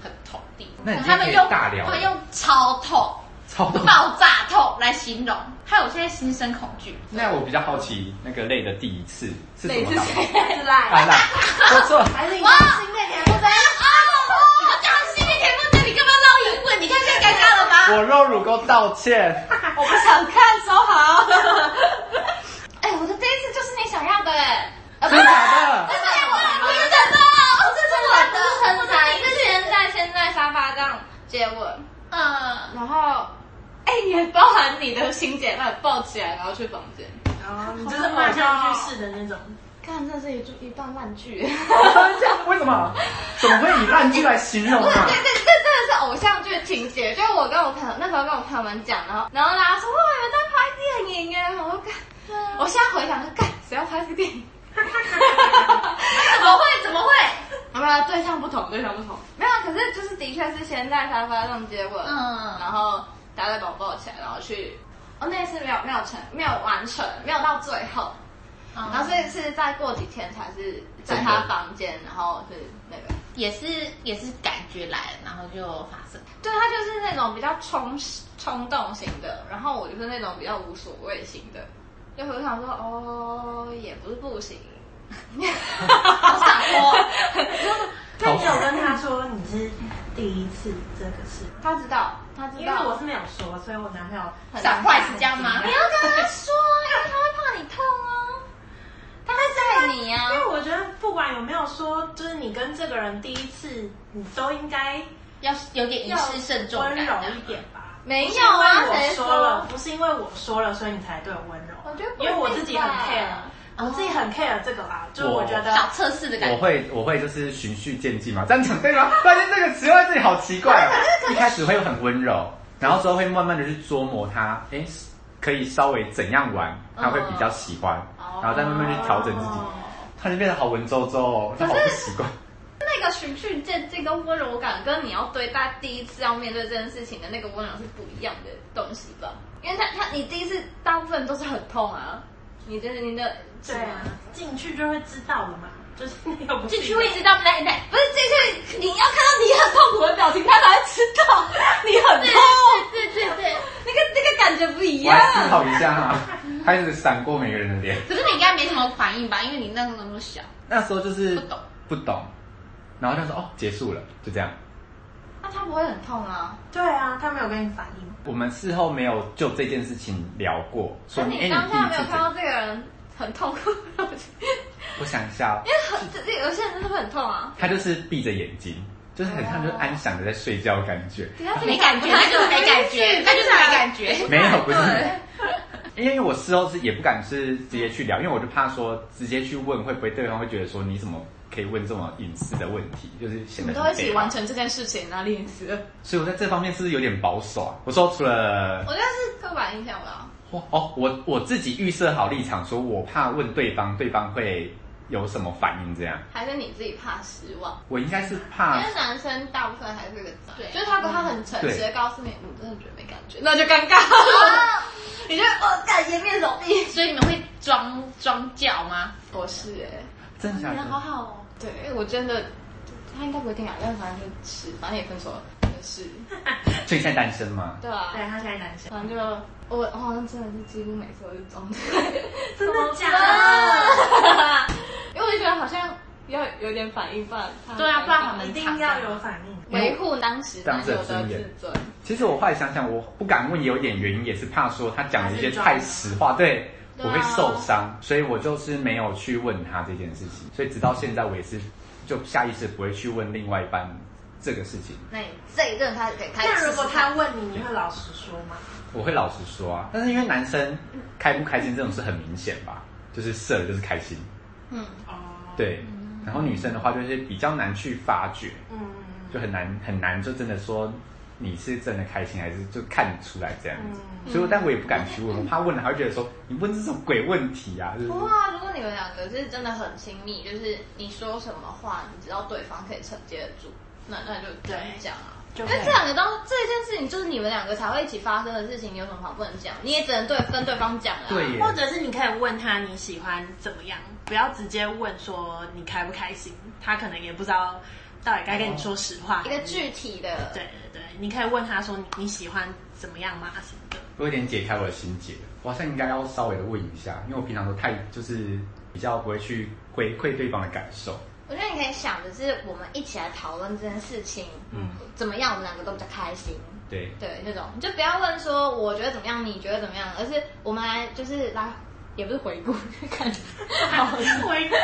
[SPEAKER 2] 很痛地，
[SPEAKER 3] 那你今
[SPEAKER 2] 他
[SPEAKER 3] 天
[SPEAKER 2] 们
[SPEAKER 3] 可以
[SPEAKER 2] 用
[SPEAKER 3] 大聊
[SPEAKER 2] 他们用超痛、
[SPEAKER 3] 超痛。
[SPEAKER 2] 爆炸痛来形容，害我现在心生恐惧。
[SPEAKER 3] 那我比较好奇，那个累的第一次是怎
[SPEAKER 5] 累
[SPEAKER 3] 么
[SPEAKER 5] 是
[SPEAKER 3] 打
[SPEAKER 5] 谁？
[SPEAKER 1] 是啦，
[SPEAKER 5] 哎
[SPEAKER 3] 啊啦，说错了，
[SPEAKER 1] 还是你
[SPEAKER 2] 哇
[SPEAKER 1] 心被填不在？
[SPEAKER 2] 啊！我讲心里填不着，你干嘛绕英文？你看现在尴尬了吧？
[SPEAKER 3] 我露乳沟道歉。
[SPEAKER 5] 我不想看，收好。哎，我的第一次就是你想要的哎。
[SPEAKER 3] 真的假的
[SPEAKER 5] 而且我
[SPEAKER 2] 我
[SPEAKER 5] 我
[SPEAKER 2] 是
[SPEAKER 5] 是
[SPEAKER 2] 真的，我是
[SPEAKER 5] 真
[SPEAKER 2] 真
[SPEAKER 5] 的不
[SPEAKER 2] 的，
[SPEAKER 5] 是很惨，之前在先在沙发这样接吻，
[SPEAKER 2] 嗯，
[SPEAKER 5] 然后哎也包含你的新姐妹抱起来，然后去房间。
[SPEAKER 1] 哦，你就是马上去试的那种。
[SPEAKER 5] 看，这是一一段烂 剧。
[SPEAKER 3] 这样为什么？怎么会以烂剧来形容
[SPEAKER 5] 不是，
[SPEAKER 3] 啊
[SPEAKER 5] 这？这这真的是偶像剧情节，就是我跟我朋友那时候跟我朋友们讲，然后然后大家说哇，你们在拍电影耶！我说干， 我现在回想就干，谁要拍这个电影？
[SPEAKER 2] 怎么会？怎么会？
[SPEAKER 5] 好吧，对象不同，对象不同。没有，可是就是的确是先在沙发上接吻，
[SPEAKER 2] 嗯
[SPEAKER 5] 然后大家再把我抱起来，然后去，哦，那次没有没有成，没有完成，没有到最后，
[SPEAKER 2] 嗯
[SPEAKER 5] 然后所以是再过几天才是在他房间，然后是那个，
[SPEAKER 2] 也是也是感觉来了，然后就发生。
[SPEAKER 5] 对他就是那种比较冲冲动型的，然后我就是那种比较无所谓型的，就会想说哦，也不是 不行，
[SPEAKER 2] 想
[SPEAKER 5] 好
[SPEAKER 2] 说，
[SPEAKER 1] 那你有跟他说你是第一次这个事？
[SPEAKER 5] 他知道，他知
[SPEAKER 1] 因为
[SPEAKER 5] 道，
[SPEAKER 1] 我是没有说，所以我男朋友很
[SPEAKER 2] 想坏是这样吗？
[SPEAKER 1] 不
[SPEAKER 5] 不要跟他说，因为他会怕你痛啊，他会在你啊
[SPEAKER 1] 因。为我觉得不管有没有说，就是你跟这个人第一次，你都应该
[SPEAKER 2] 要有点一
[SPEAKER 1] 要
[SPEAKER 2] 次慎重
[SPEAKER 1] 温
[SPEAKER 2] 感，
[SPEAKER 1] 柔一点吧。
[SPEAKER 5] 没有
[SPEAKER 1] 不是
[SPEAKER 5] 啊
[SPEAKER 1] 因为我
[SPEAKER 5] 谁
[SPEAKER 1] 说
[SPEAKER 5] 说
[SPEAKER 1] 了？不是因为我说了，所以你才对我温柔。
[SPEAKER 5] 我觉得不
[SPEAKER 1] 因为我自己很
[SPEAKER 5] 一定吧哦
[SPEAKER 1] care，我自己很 care 这个啦，就是我觉得
[SPEAKER 5] 啊
[SPEAKER 2] 小测试的感
[SPEAKER 3] 我
[SPEAKER 2] 觉。
[SPEAKER 3] 会我会就是循序渐进嘛，这样讲对 吗？发现这个词汇自己好奇怪、啊，一开始会很温柔，然后之后会慢慢的去琢磨它，诶，可以稍微怎样玩，他会比较喜欢，
[SPEAKER 5] 哦
[SPEAKER 3] 然后再慢慢去调整自己，突然就变得好文绉绉哦，这好不习惯。
[SPEAKER 5] 那个循序渐进跟温柔感，跟你要对待第一次要面对这件事情的那个温柔是不一样的东西吧？因为他他你第一次大部分都是很痛啊，你的你的
[SPEAKER 1] 对啊，进去就会知道了嘛，就是那个不是
[SPEAKER 5] 进去会知道奶奶不是进去你要看到你很痛苦的表情，他才会知道 你很痛，
[SPEAKER 2] 对对对，
[SPEAKER 5] 那个那个感觉不一
[SPEAKER 3] 我
[SPEAKER 5] 样
[SPEAKER 3] 来。思考一下啊，开始闪过每个人的脸。
[SPEAKER 2] 可是你应该没什么反应吧？因为你那时候那么小，
[SPEAKER 3] 那时候就是
[SPEAKER 2] 不懂
[SPEAKER 3] 不懂，然后他说哦结束了，就这样。
[SPEAKER 5] 那他不会很痛啊？
[SPEAKER 1] 对啊，他没有跟你反应。
[SPEAKER 3] 我们事后没有就这件事情聊过，说
[SPEAKER 5] 那
[SPEAKER 3] 哎、
[SPEAKER 5] 啊你
[SPEAKER 3] 你
[SPEAKER 5] 当
[SPEAKER 3] 第
[SPEAKER 5] 下
[SPEAKER 3] 一
[SPEAKER 5] 没
[SPEAKER 3] 次
[SPEAKER 5] 有
[SPEAKER 3] 怎
[SPEAKER 5] 看到这个人很痛苦的表情，
[SPEAKER 3] 我想一下哦，
[SPEAKER 5] 很这这有些人真的会很痛啊。
[SPEAKER 3] 他就是闭着眼睛，就是很像就是安详的在睡觉的感觉。
[SPEAKER 5] 等一下
[SPEAKER 2] 没感
[SPEAKER 5] 啊
[SPEAKER 2] 觉，那就是没感觉，那就是没感觉。
[SPEAKER 3] 没有，不是
[SPEAKER 5] 对，
[SPEAKER 3] 因为我事后是也不敢是直接去聊，因为我就怕说直接去问会不会对方会觉得说你怎么可以问这么隐私的问题，就是
[SPEAKER 5] 你
[SPEAKER 3] 显得
[SPEAKER 5] 们
[SPEAKER 3] 很
[SPEAKER 5] 都一起
[SPEAKER 3] 卑微
[SPEAKER 5] 完。成这件事情，然后练习了。
[SPEAKER 3] 所以我在这方面是不是有点保守啊？我说除了
[SPEAKER 5] 我觉得是刻板印象吧。
[SPEAKER 3] 我哦，我我自己预设好立场，说我怕问对方，对方会有什么反应这样。
[SPEAKER 5] 还是你自己怕失望？
[SPEAKER 3] 我应该是怕
[SPEAKER 5] 因为男生大部分还是会有个渣，
[SPEAKER 2] 对
[SPEAKER 5] 就是他他很诚实
[SPEAKER 3] 对
[SPEAKER 5] 的告诉你，我真的觉得没感觉，那就尴尬了。你就哦，感觉变手臂。
[SPEAKER 2] 所以你们会装装脚吗？
[SPEAKER 5] 我是哎、
[SPEAKER 3] 真的假
[SPEAKER 2] 你
[SPEAKER 3] 的
[SPEAKER 2] 人好好哦。
[SPEAKER 5] 对我真的，他应该不会听啊，但反正就是，反正也分手了，就是，
[SPEAKER 3] 所以现在单身吗？
[SPEAKER 5] 对啊，
[SPEAKER 1] 对他现在单身，
[SPEAKER 5] 反正就我我好像真的是几乎每次都是中 的，
[SPEAKER 1] 真的假的？
[SPEAKER 5] 的？因为我就觉得好像要有点反应，不然怕
[SPEAKER 2] 对啊，不然我们
[SPEAKER 1] 一定要有反应。
[SPEAKER 5] 维护当时男友的自尊。
[SPEAKER 3] 其实我后来想想，我不敢问，有点原因也是怕说他讲了一些太实话，对我会受伤，所以我就是没有去问他这件事情。所以直到现在，我也是就下意识不会去问另外一半这个事情，
[SPEAKER 5] 那你这一任他给他，
[SPEAKER 1] 那如果他问你，你会老实说吗？
[SPEAKER 3] 我会老实说啊。但是因为男生开不开心这种事很明显吧，就是射了就是开心，
[SPEAKER 5] 嗯，
[SPEAKER 1] 哦，
[SPEAKER 3] 对。然后女生的话就是比较难去发掘，
[SPEAKER 1] 嗯，
[SPEAKER 3] 就很难很难，就真的说你是真的开心还是就看得出来这样子。
[SPEAKER 2] 嗯
[SPEAKER 3] 所以我，但我也不敢去问，我怕问了还会觉得说你问这种鬼问题啊，就是
[SPEAKER 5] 不
[SPEAKER 2] 哦
[SPEAKER 5] 过啊，如果你们两个是真的很亲密，就是你说什么话，你知道对方可以承接得住，那那就这样讲啊。
[SPEAKER 1] 就
[SPEAKER 5] 因
[SPEAKER 1] 可以
[SPEAKER 5] 为这两个东这件事情就是你们两个才会一起发生的事情，你有什么好不能讲？你也只能对跟对方讲啊了。
[SPEAKER 3] 对耶
[SPEAKER 1] 或。者是你可以问他你喜欢怎么样，不要直接问说你开不开心，他可能也不知道到底该跟你说实话。
[SPEAKER 5] 一个具体的，
[SPEAKER 1] 对对对，你可以问他说你你喜欢怎么样吗什么的。
[SPEAKER 3] 我有点解开我的心结了，我好像应该要稍微的问一下，因为我平常都太就是比较不会去回馈对方的感受。
[SPEAKER 5] 我觉得你可以想的是，我们一起来讨论这件事情，
[SPEAKER 3] 嗯，
[SPEAKER 5] 怎么样，我们两个都比较开心。
[SPEAKER 3] 对，
[SPEAKER 5] 对，这种你就不要问说我觉得怎么样，你觉得怎么样，而是我们来就是来，也不是回顾， 看，好
[SPEAKER 1] 回
[SPEAKER 2] 来。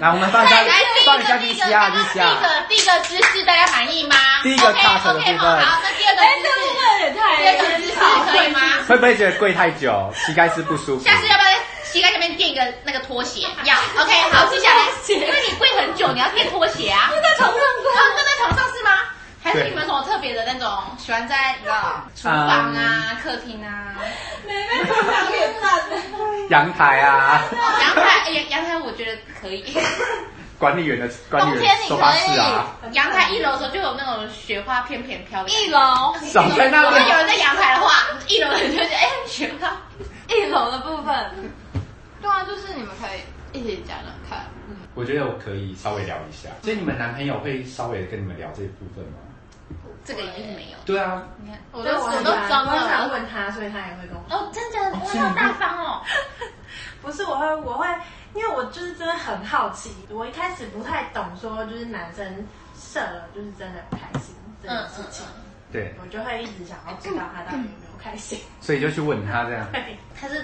[SPEAKER 3] 来，我们放一下
[SPEAKER 2] 再来第一
[SPEAKER 3] 放一下
[SPEAKER 2] 个，第一个，刚
[SPEAKER 3] VCR
[SPEAKER 2] 刚第一
[SPEAKER 3] VCR，
[SPEAKER 2] 个，第一个姿势，大家满意吗
[SPEAKER 3] 啊第一个卡手的
[SPEAKER 2] ？OK，OK，
[SPEAKER 3] 部
[SPEAKER 2] 好，
[SPEAKER 3] 分
[SPEAKER 2] 好，那第二个
[SPEAKER 5] 哎，
[SPEAKER 2] 姿
[SPEAKER 5] 这部
[SPEAKER 2] 势，
[SPEAKER 5] 分
[SPEAKER 2] 第
[SPEAKER 5] 也
[SPEAKER 2] 二个
[SPEAKER 5] 太
[SPEAKER 2] 姿势可以吗？
[SPEAKER 3] 会不会觉得跪太久，膝盖是不舒服？
[SPEAKER 2] 下次要不要膝盖下面垫一个那个拖 鞋？要，OK，好，接下来，因为你跪很久，你要垫拖鞋 啊。就在床上啊，就在床上是吗？还是你们有什么特别的那种喜欢在你知道厨房
[SPEAKER 5] 嗯
[SPEAKER 2] 啊、客厅啊、
[SPEAKER 5] 妹妹头上脸蛋，
[SPEAKER 3] 阳台啊，
[SPEAKER 2] 嗯阳台？哎阳阳台我觉得可以，
[SPEAKER 3] 管理员的管理
[SPEAKER 5] 冬天
[SPEAKER 3] 员
[SPEAKER 5] 你
[SPEAKER 3] 手法是啊，
[SPEAKER 5] 可
[SPEAKER 2] 阳台一楼的时候就有那种雪花片片飘的，
[SPEAKER 5] 以一楼
[SPEAKER 3] 少在那
[SPEAKER 2] 如果有
[SPEAKER 3] 边
[SPEAKER 2] 人在阳台的话，一楼的人就觉得哎雪花，
[SPEAKER 5] 一楼的部分，对啊，就是你们可以一起讲讲看。
[SPEAKER 3] 我觉得我可以稍微聊一下。所以你们男朋友会稍微跟你们聊这一部分吗？
[SPEAKER 2] 这个一定没有。
[SPEAKER 3] 对啊，
[SPEAKER 2] 你看，
[SPEAKER 5] 我
[SPEAKER 1] 我
[SPEAKER 5] 都
[SPEAKER 1] 都
[SPEAKER 5] 我都装
[SPEAKER 1] 我很想
[SPEAKER 5] 了，
[SPEAKER 1] 问他，所以他也会跟我说。
[SPEAKER 2] 哦，真的，哇，好大方哦。
[SPEAKER 1] 不是，我会我会，因为我就是真的很好奇，我一开始不太懂说就是男生射了就是真的很开心这件
[SPEAKER 2] 嗯
[SPEAKER 1] 事
[SPEAKER 2] 嗯
[SPEAKER 1] 情，
[SPEAKER 2] 嗯，
[SPEAKER 3] 对，
[SPEAKER 1] 我就会一直想要知道他到底有没有开心。
[SPEAKER 3] 所以就去问他这样，
[SPEAKER 1] 对，
[SPEAKER 2] 他是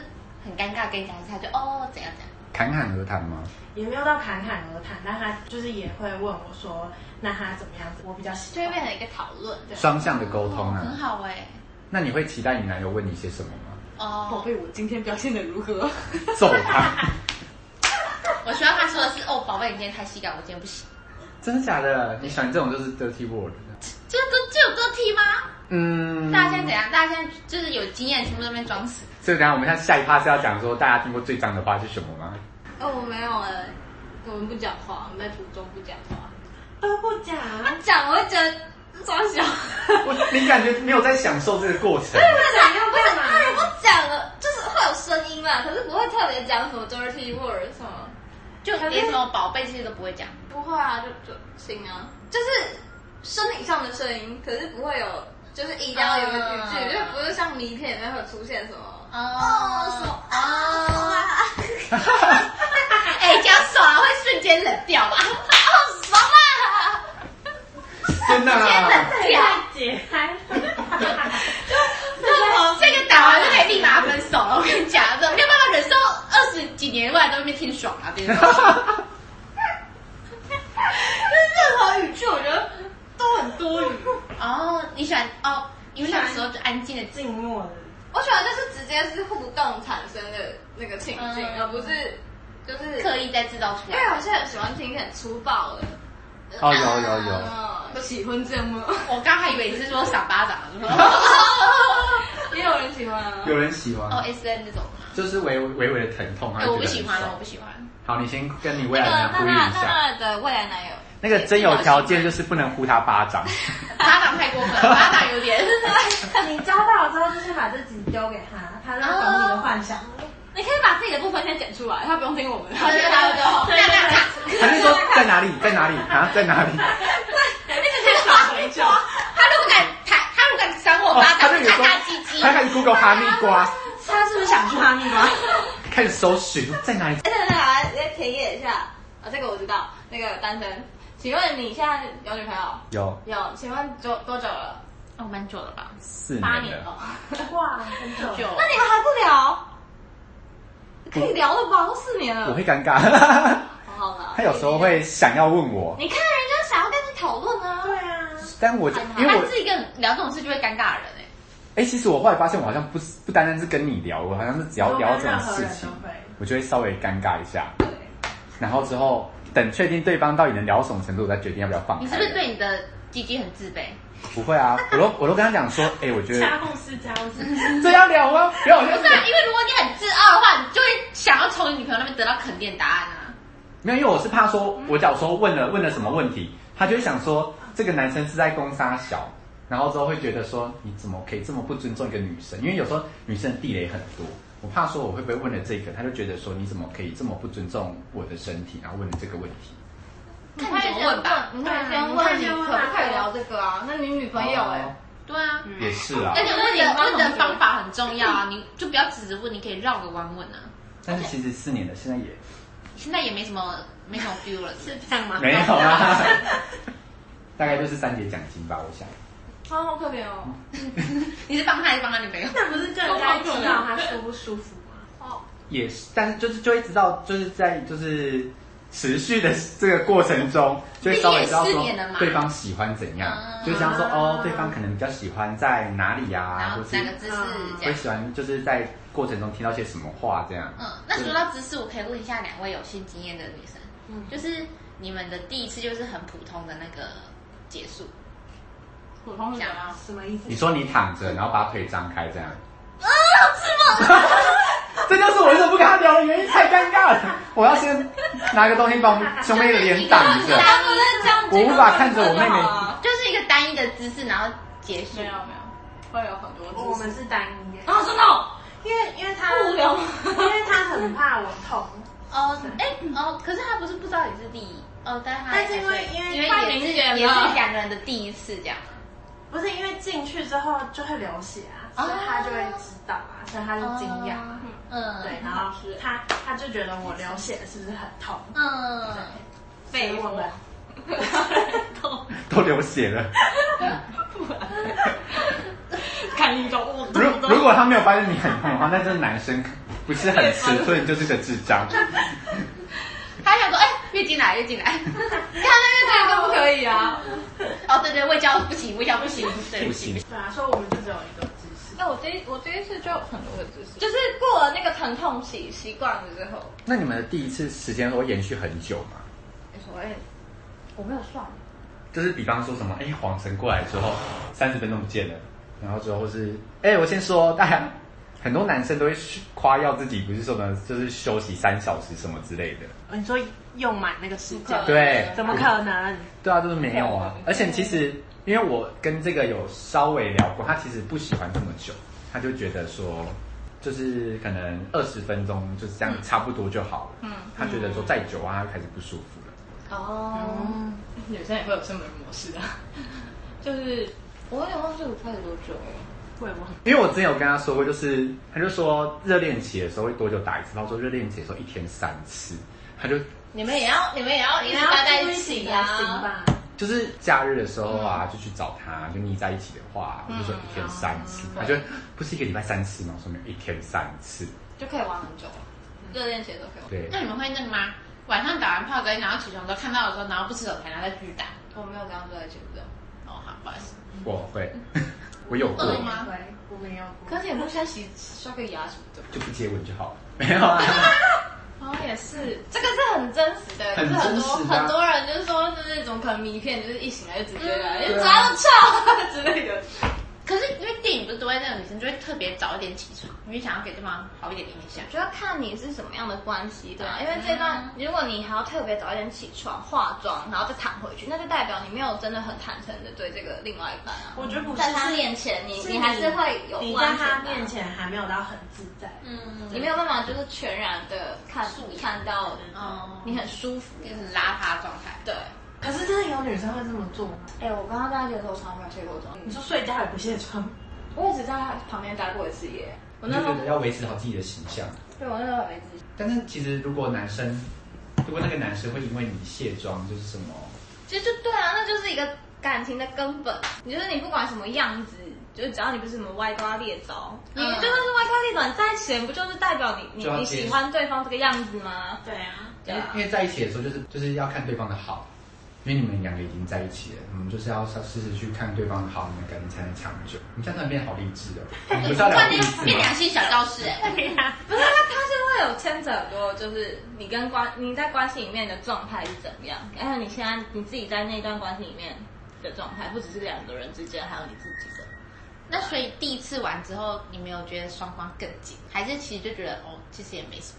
[SPEAKER 2] 很尴尬跟你讲，他就哦怎样怎样。
[SPEAKER 3] 侃侃而谈吗？
[SPEAKER 1] 也没有到侃侃而谈，但他就是也会问我说，那他怎么样子？我比较喜
[SPEAKER 5] 就会
[SPEAKER 1] 欢。
[SPEAKER 5] 变成一个讨论。
[SPEAKER 3] 双向的沟通
[SPEAKER 2] 哦很
[SPEAKER 3] 啊。
[SPEAKER 2] 好哎。
[SPEAKER 3] 那你会期待你男友问你些什么吗？
[SPEAKER 2] 哦，
[SPEAKER 5] 贝，我今天表现的如何？
[SPEAKER 3] 揍他！
[SPEAKER 2] 我希望他说的是哦，宝贝，你今天太性感，我今天不行。
[SPEAKER 3] 真的假的？你想你这种就是 dirty word。
[SPEAKER 2] 这这这有多 T 吗？
[SPEAKER 3] 嗯，
[SPEAKER 2] 大家现在怎样？大家现在就是有经验，全部都在那边装死。
[SPEAKER 3] 所以等一下我们下下一趴是要讲说大家听过最脏的话是什么吗？
[SPEAKER 5] 哦，我没有哎，我们不讲话，我们在途中不讲话。
[SPEAKER 1] 都不讲，
[SPEAKER 5] 他讲，我会觉得嗯装啊 小。
[SPEAKER 3] 我你感觉没有在享受这个过程，
[SPEAKER 1] 想要干
[SPEAKER 5] 他如
[SPEAKER 1] 嘛？
[SPEAKER 5] 果讲了，就是会有声音啦，可是不会特别讲什么 dirty word 什么。
[SPEAKER 2] 就连什么宝贝这些都不会讲。
[SPEAKER 5] 不会啊，就就行啊，就是生理上的声音，可是不会有就是一到有的语句，
[SPEAKER 2] 嗯
[SPEAKER 5] 就不是像迷片里面会有出现什么
[SPEAKER 2] 哦
[SPEAKER 5] 什么
[SPEAKER 2] 哦，
[SPEAKER 5] 啊，
[SPEAKER 2] 哎，这样爽啊，会瞬间冷掉吧？哦，爽啊！
[SPEAKER 3] 真的啊！
[SPEAKER 1] 这太解开了。
[SPEAKER 2] 这个打完就可以立马分手了。我跟你讲，这没有办法忍受二十几年外都那边听爽啊， 别人说。
[SPEAKER 5] 任何语句我觉得
[SPEAKER 1] 都很多余，
[SPEAKER 2] 哦，你喜欢哦，因为那个时候就安静的自己。
[SPEAKER 1] 静默的。
[SPEAKER 5] 我喜欢就是直接是互动产生的那个情境，
[SPEAKER 2] 嗯
[SPEAKER 5] 而不是就是
[SPEAKER 2] 刻意在制造出
[SPEAKER 5] 因为
[SPEAKER 2] 来。
[SPEAKER 5] 有些人喜欢听一些很粗暴的，
[SPEAKER 3] 哦，有有有，
[SPEAKER 5] 嗯，喜欢这样吗？
[SPEAKER 2] 我刚还以为你是说赏巴掌，
[SPEAKER 5] 也有人喜欢啊，
[SPEAKER 3] 有人喜欢，
[SPEAKER 2] 哦 S N 那种。
[SPEAKER 3] 就是微微微的疼痛啊。
[SPEAKER 2] 哎，我不喜欢
[SPEAKER 3] 觉得很
[SPEAKER 2] 了，我
[SPEAKER 3] 爽
[SPEAKER 2] 不喜欢。
[SPEAKER 3] 好，你先跟你未
[SPEAKER 5] 那
[SPEAKER 3] 来
[SPEAKER 5] 个
[SPEAKER 3] 的男呼
[SPEAKER 5] 娜
[SPEAKER 3] 吁
[SPEAKER 5] 娜
[SPEAKER 3] 一
[SPEAKER 5] 娜
[SPEAKER 3] 下。
[SPEAKER 5] 娜的未来男友，
[SPEAKER 3] 那个真有条件就是不能呼他巴掌，
[SPEAKER 2] 巴掌太过分了，巴掌有点。
[SPEAKER 1] 你交到了之后，就是把这集丢给他，他在懂你的幻想。
[SPEAKER 2] 哦
[SPEAKER 5] 你可以把自己的部分先剪出来，他不用听我们，他
[SPEAKER 2] 对对
[SPEAKER 5] 觉得他们就好。
[SPEAKER 2] 对，那那
[SPEAKER 3] 还是说在哪里，在哪里啊，在哪里？
[SPEAKER 2] 那个他如果敢他他如果敢赏我巴
[SPEAKER 3] 哦他
[SPEAKER 2] 掌，
[SPEAKER 3] 就
[SPEAKER 2] 就
[SPEAKER 3] 有
[SPEAKER 2] 砍
[SPEAKER 3] 说
[SPEAKER 2] 大鸡鸡。
[SPEAKER 3] 他开始 Google 哈密瓜，
[SPEAKER 1] 他是不是想去哈密瓜？
[SPEAKER 3] 开始搜寻在哪里。
[SPEAKER 5] 哎，那个来来田野一下啊，这个我知道，那个单身。请问你现在有女朋友？
[SPEAKER 3] 有
[SPEAKER 5] 有，请问多多久了？
[SPEAKER 2] 哦，蛮久了吧？
[SPEAKER 3] 四
[SPEAKER 5] 八
[SPEAKER 3] 年
[SPEAKER 5] 年
[SPEAKER 3] 了，
[SPEAKER 5] 了。
[SPEAKER 1] 哇，很久。
[SPEAKER 2] 久。
[SPEAKER 5] 那你们还不聊？可以聊了吧？都四年
[SPEAKER 3] 我
[SPEAKER 5] 了。
[SPEAKER 3] 会尴尬。
[SPEAKER 5] 好了。
[SPEAKER 3] 他有时候会想要问我，
[SPEAKER 5] 你看人家想要跟你讨论啊。
[SPEAKER 1] 对啊，
[SPEAKER 3] 但我就因为
[SPEAKER 2] 他
[SPEAKER 3] 我
[SPEAKER 2] 嗯是一个聊这种事就会尴尬的人哎。
[SPEAKER 3] 哎、其实我后来发现，我好像不是不单单是跟你聊，我好像是只要聊到这种事 情
[SPEAKER 1] 我跟任何人都会，
[SPEAKER 3] 我就会稍微尴尬一下。然后之后等确定对方到底能聊到什么程度，我再决定要不要放开。
[SPEAKER 2] 你是不是对？你的鸡鸡很自卑？
[SPEAKER 3] 不会 啊，我都我都跟他讲 说，哎、我觉得
[SPEAKER 1] 家务事，家务事。
[SPEAKER 3] 这要聊吗？不要，我就
[SPEAKER 2] 不是啊，因为如果你很自傲的话，你就会想要从你女朋友那边得到肯定的答案啊。
[SPEAKER 3] 没有，因为我是怕说，我假如说问了问了什么问题，他就会想说这个男生是在攻杀小，然后之后会觉得说你怎么可以这么不尊重一个女生？因为有时候女生的地雷很多，我怕说我会不会问了这个，他就觉得说你怎么可以这么不尊重我的身体，然后问了这个问题。
[SPEAKER 5] 你可以先问吧，你可以先问你可不可以聊这个啊？那你女朋
[SPEAKER 3] 哦
[SPEAKER 5] 友哎，
[SPEAKER 2] 对啊，
[SPEAKER 3] 也是啦
[SPEAKER 2] 而，且问的问的方
[SPEAKER 5] 法，
[SPEAKER 2] 法很重要啊，你就不要直直问，你可以绕个弯问啊。
[SPEAKER 3] 但是其实四年了，现在也
[SPEAKER 2] 现在也没什么没什么 feel 了，是
[SPEAKER 1] 这样吗
[SPEAKER 3] 没有啊， 大概就是三节奖金吧，我想。
[SPEAKER 5] 啊好可怜哦。
[SPEAKER 2] 你是帮他还是帮他女朋友？
[SPEAKER 1] 那不是更该知道他舒不舒服吗？
[SPEAKER 5] 哦，
[SPEAKER 3] 也是，但是就是就会知道，就是在就是持续的这个过程中，就会稍微知道
[SPEAKER 2] 毕竟
[SPEAKER 3] 说
[SPEAKER 2] 也四年了嘛
[SPEAKER 3] 对方喜欢怎样，
[SPEAKER 2] 嗯
[SPEAKER 3] 就想说
[SPEAKER 1] 啊
[SPEAKER 3] 哦，对方可能比较喜欢在哪里呀、
[SPEAKER 2] 然
[SPEAKER 3] 啊，
[SPEAKER 2] 后
[SPEAKER 3] 或是
[SPEAKER 2] 哪个姿势这
[SPEAKER 3] 会
[SPEAKER 2] 样？
[SPEAKER 3] 喜欢就是在过程中听到些什么话这样。
[SPEAKER 2] 嗯，那说到姿势，我可以问一下两位有性经验的女生，
[SPEAKER 1] 嗯
[SPEAKER 2] 就是你们的第一次就是很普通的那个结束，
[SPEAKER 5] 普通人啊。
[SPEAKER 1] 什么意思？
[SPEAKER 3] 你说你躺着，然后把腿张开这样。 啊，好吃吗？这就是我为什么不跟他聊的原因，太尴尬了。我要先拿个东西把我们兄妹脸挡着，
[SPEAKER 2] 单一张，
[SPEAKER 3] 我无法看着我妹妹。
[SPEAKER 5] 啊
[SPEAKER 2] 就是一个单一的姿势，然后结束
[SPEAKER 5] 没。有没有，会有很多
[SPEAKER 4] 我们是单一耶，
[SPEAKER 5] 啊真的哦
[SPEAKER 4] 因为因为他
[SPEAKER 5] 不无聊吗
[SPEAKER 4] 因为他很怕我痛，
[SPEAKER 2] 哦，哎，哦，可是他不是不知道你是第一，哦，但是他
[SPEAKER 4] 但是因为因为
[SPEAKER 2] 因为
[SPEAKER 5] 太
[SPEAKER 2] 也是
[SPEAKER 5] 明显了
[SPEAKER 2] 也是两个人的第一次这样。
[SPEAKER 4] 不是因为进去之后就会流血啊，所以他就会知道啊，所以他就惊讶
[SPEAKER 1] 哦
[SPEAKER 4] 啊，
[SPEAKER 2] 嗯，
[SPEAKER 4] 对，然后他他就觉得我流血是不是很痛？
[SPEAKER 2] 嗯，
[SPEAKER 4] 被我们
[SPEAKER 3] 都流血了。
[SPEAKER 5] 看一种我
[SPEAKER 3] 如如果他没有发现你很痛的话，那就是男生不是很迟钝，就是个智障。
[SPEAKER 2] 他想说，哎，月经来，月经来，看
[SPEAKER 5] 这
[SPEAKER 2] 那
[SPEAKER 5] 个不可以啊。
[SPEAKER 2] 月经，哦，对对，未交不行，未交不行，对
[SPEAKER 3] 不
[SPEAKER 2] 不起
[SPEAKER 3] 行，，
[SPEAKER 4] 对啊，所以我们就只有一个姿势。
[SPEAKER 5] 那我这一我这一次就有很多个姿势，就是过了那个疼痛期，习惯了之后，
[SPEAKER 3] 那你们的第一次时间都延续很久吗？
[SPEAKER 5] 所谓我没有算，
[SPEAKER 3] 就是比方说什么，哎，晃神过来之后，三十分钟不见了，然后之后或是，哎，我先说，大家很多男生都会夸耀自己，不是说呢，就是休息三小时什么之类的。
[SPEAKER 4] 哦
[SPEAKER 1] 你说用满那个时间，
[SPEAKER 3] 对，
[SPEAKER 1] 怎么可能？
[SPEAKER 3] 对啊，就是没有啊。而且其实，因为我跟这个有稍微聊过，他其实不喜欢这么久，他就觉得说，就是可能二十分钟就是这样，差不多就好了。嗯，他觉得说再久啊，他开始不舒服了。
[SPEAKER 5] 哦，
[SPEAKER 1] 嗯，
[SPEAKER 5] 女生也会有这么的模式啊， 就是我有点忘记我开始多久了，
[SPEAKER 1] 我也忘了。
[SPEAKER 3] 因为我之前有跟他说过，就是他就说热恋期的时候会多久打一次，他说热恋期的时候一天三次，他就
[SPEAKER 2] 你们也要，你们也要一直待在一起
[SPEAKER 4] 才行
[SPEAKER 2] 啊。
[SPEAKER 4] 吧？
[SPEAKER 3] 就是假日的时候啊，就去找他，就腻在一起的话，我就说一天三次，他就不是一个礼拜三次吗？我说没有，一天三次，
[SPEAKER 5] 就可以玩很久了，热恋期都可以玩。
[SPEAKER 3] 对。
[SPEAKER 2] 那你们会那个吗？晚上打完炮跟然后起床都看到的时候，然后不吃早餐，然后再继续打。
[SPEAKER 5] 我没有跟他坐在一起过，
[SPEAKER 2] 哦，好，不好意思。
[SPEAKER 3] 我会， 我有过
[SPEAKER 2] 饿，吗？
[SPEAKER 4] 对，我没有过。
[SPEAKER 5] 可是也不先洗刷个牙什么的。
[SPEAKER 3] 就不接吻就好了。没有啊，
[SPEAKER 5] 哦，也是，这个是很真实的，
[SPEAKER 3] 很
[SPEAKER 5] 就是很
[SPEAKER 3] 真
[SPEAKER 5] 多
[SPEAKER 3] 实的啊
[SPEAKER 5] 很多人就是说，就是那种可能迷片，就是一醒来就直接来，就
[SPEAKER 3] 对
[SPEAKER 5] 抓
[SPEAKER 3] 啊
[SPEAKER 5] 个臭之类的。
[SPEAKER 2] 可是因为电影不是都会那种女生就会特别早一点起床，因为想要给对方好一点的印象。
[SPEAKER 5] 就要看你是什么样的关系的、
[SPEAKER 2] 对
[SPEAKER 5] 因为这段、
[SPEAKER 4] 嗯
[SPEAKER 5] 如果你还要特别早一点起床化妆，然后再躺回去，那就代表你没有真的很坦诚的对这个另外一半啊。
[SPEAKER 4] 我觉得不是，
[SPEAKER 5] 在他面前，你
[SPEAKER 4] 是
[SPEAKER 5] 你还是会有
[SPEAKER 4] 你
[SPEAKER 5] 不
[SPEAKER 4] 在
[SPEAKER 5] 安全
[SPEAKER 4] 他
[SPEAKER 5] 感
[SPEAKER 4] 面，前还没有到很自在，
[SPEAKER 2] 嗯，
[SPEAKER 5] 你没有办法就是全然的看
[SPEAKER 4] 嗯
[SPEAKER 5] 看到，嗯
[SPEAKER 2] 哦
[SPEAKER 5] 你很舒服。
[SPEAKER 2] 就是很邋遢的状态。
[SPEAKER 5] 对，
[SPEAKER 4] 可是真的有女生会这么做吗？
[SPEAKER 5] 哎、我刚刚在一起的时候，我从来没有卸过妆，
[SPEAKER 4] 你说睡觉也不卸妆，
[SPEAKER 5] 我也只在他旁边待过一次耶。我
[SPEAKER 3] 我
[SPEAKER 5] 那
[SPEAKER 3] 就
[SPEAKER 5] 时候
[SPEAKER 3] 觉，得要维持好自己的形象。
[SPEAKER 5] 对我那时候没自信。
[SPEAKER 3] 但是其实如果男生，如果那个男生会因为你卸妆，就是什么，
[SPEAKER 5] 其实就对啊，那就是一个感情的根本。你就是你不管什么样子，就是只要你不是什么歪瓜裂枣，你
[SPEAKER 2] 嗯
[SPEAKER 5] 就算是歪瓜裂枣，你在一起不就是代表你你
[SPEAKER 3] 就要
[SPEAKER 5] 你
[SPEAKER 3] 接
[SPEAKER 5] 喜欢对方这个样子吗？
[SPEAKER 4] 对啊，
[SPEAKER 5] 对啊
[SPEAKER 3] 因为在一起的时候，就是就是要看对方的好，因为你们两个已经在一起了，我们就是要试试去看对方的好，你们感情才能长久。你这样突然变好励志哦，我们不是要聊
[SPEAKER 2] 换
[SPEAKER 3] 励
[SPEAKER 2] 变
[SPEAKER 3] 志
[SPEAKER 2] 变良
[SPEAKER 3] 吗？
[SPEAKER 2] 心小教室哎、
[SPEAKER 1] 对呀，
[SPEAKER 5] 不是，他他是会有牵扯很多，就是你跟关你在关系里面的状态是怎么样，还有你现在你自己在那段关系里面的状态，不只是两个人之间，还有你自己的。
[SPEAKER 2] 那所以第一次玩之后，你没有觉得双方更紧，还是其实就觉得哦，其实也没什么，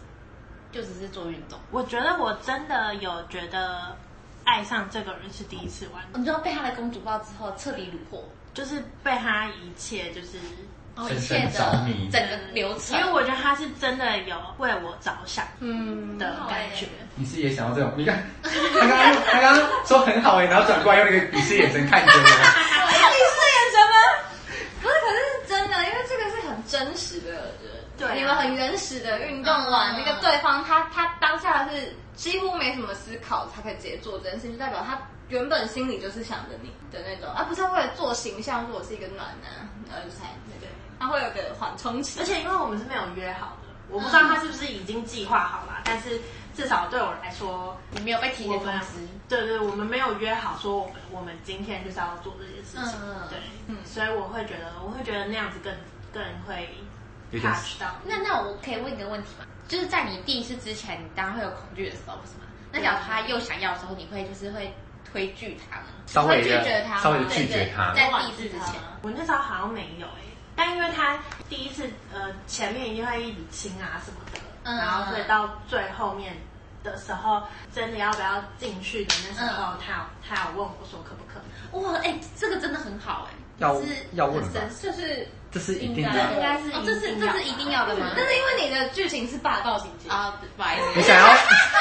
[SPEAKER 2] 就只是做运动。
[SPEAKER 1] 我觉得我真的有觉得爱上这个人是第一次玩，
[SPEAKER 2] 你知道被他的公主抱之后彻底虏获，
[SPEAKER 1] 就是被他一切就是。
[SPEAKER 2] 哦，一
[SPEAKER 3] 深
[SPEAKER 2] 切
[SPEAKER 3] 深
[SPEAKER 2] 的
[SPEAKER 3] 着迷
[SPEAKER 2] 整个流程，
[SPEAKER 1] 因为我觉得他是真的有为我着想
[SPEAKER 5] 嗯
[SPEAKER 1] 的感觉，
[SPEAKER 3] 你是也想要这种？你看，他刚刚他刚刚说很好哎、然后转过来用那个鄙视眼神看着我，
[SPEAKER 5] 你饰演什么？不是，可是是真的，因为这个是很真实的，
[SPEAKER 1] 对啊
[SPEAKER 5] 你们很原始的运动完，
[SPEAKER 2] 嗯
[SPEAKER 5] 那个对方他他当下是几乎没什么思考才可以直接做这件事，就代表他原本心里就是想着你的那种，啊而不是为了做形象说我是一个暖男，然后就才那个，他会有个缓冲期
[SPEAKER 4] 而。且因为我们是没有约好的，我不知道他是不是已经计划好了，但是至少对我来说，
[SPEAKER 2] 你没有被提前
[SPEAKER 4] 我
[SPEAKER 2] 通
[SPEAKER 4] 们
[SPEAKER 2] 知。
[SPEAKER 4] 对对，我们没有约好说我们我们今天就是要做这件事情，
[SPEAKER 2] 嗯嗯
[SPEAKER 4] 对，所以我会觉得我会觉得那样子更更会
[SPEAKER 3] 有点
[SPEAKER 4] touch 到。
[SPEAKER 2] 那那我可以问一个问题吗？就是在你第一次之前，你当然会有恐惧的时候，不是吗？那假如他又想要的时候，你会就是会推拒他吗？
[SPEAKER 3] 稍微
[SPEAKER 2] 会拒
[SPEAKER 3] 的
[SPEAKER 2] 绝他吗，
[SPEAKER 3] 稍微的拒绝他
[SPEAKER 2] 对对在第一次之前，
[SPEAKER 4] 我那时候好像没有哎、但因为他第一次呃前面一定会一直亲啊什么的，
[SPEAKER 2] 嗯
[SPEAKER 4] 然后所以到最后面
[SPEAKER 1] 的时候，真的要不要进去的那时
[SPEAKER 2] 嗯
[SPEAKER 1] 候，他有他有问我说可不可以。
[SPEAKER 2] 哇，哎、这个真的很好哎、
[SPEAKER 3] 要
[SPEAKER 2] 就是
[SPEAKER 3] 要问吧
[SPEAKER 2] 很深
[SPEAKER 5] 就是
[SPEAKER 3] 这是一定
[SPEAKER 5] 这
[SPEAKER 3] 的
[SPEAKER 5] 应。该是
[SPEAKER 2] 哦，这是这是一定要的 吗？
[SPEAKER 5] 但是因为你的剧情是霸道情节，
[SPEAKER 2] 啊，不好意
[SPEAKER 3] 你
[SPEAKER 2] 思，
[SPEAKER 3] 想要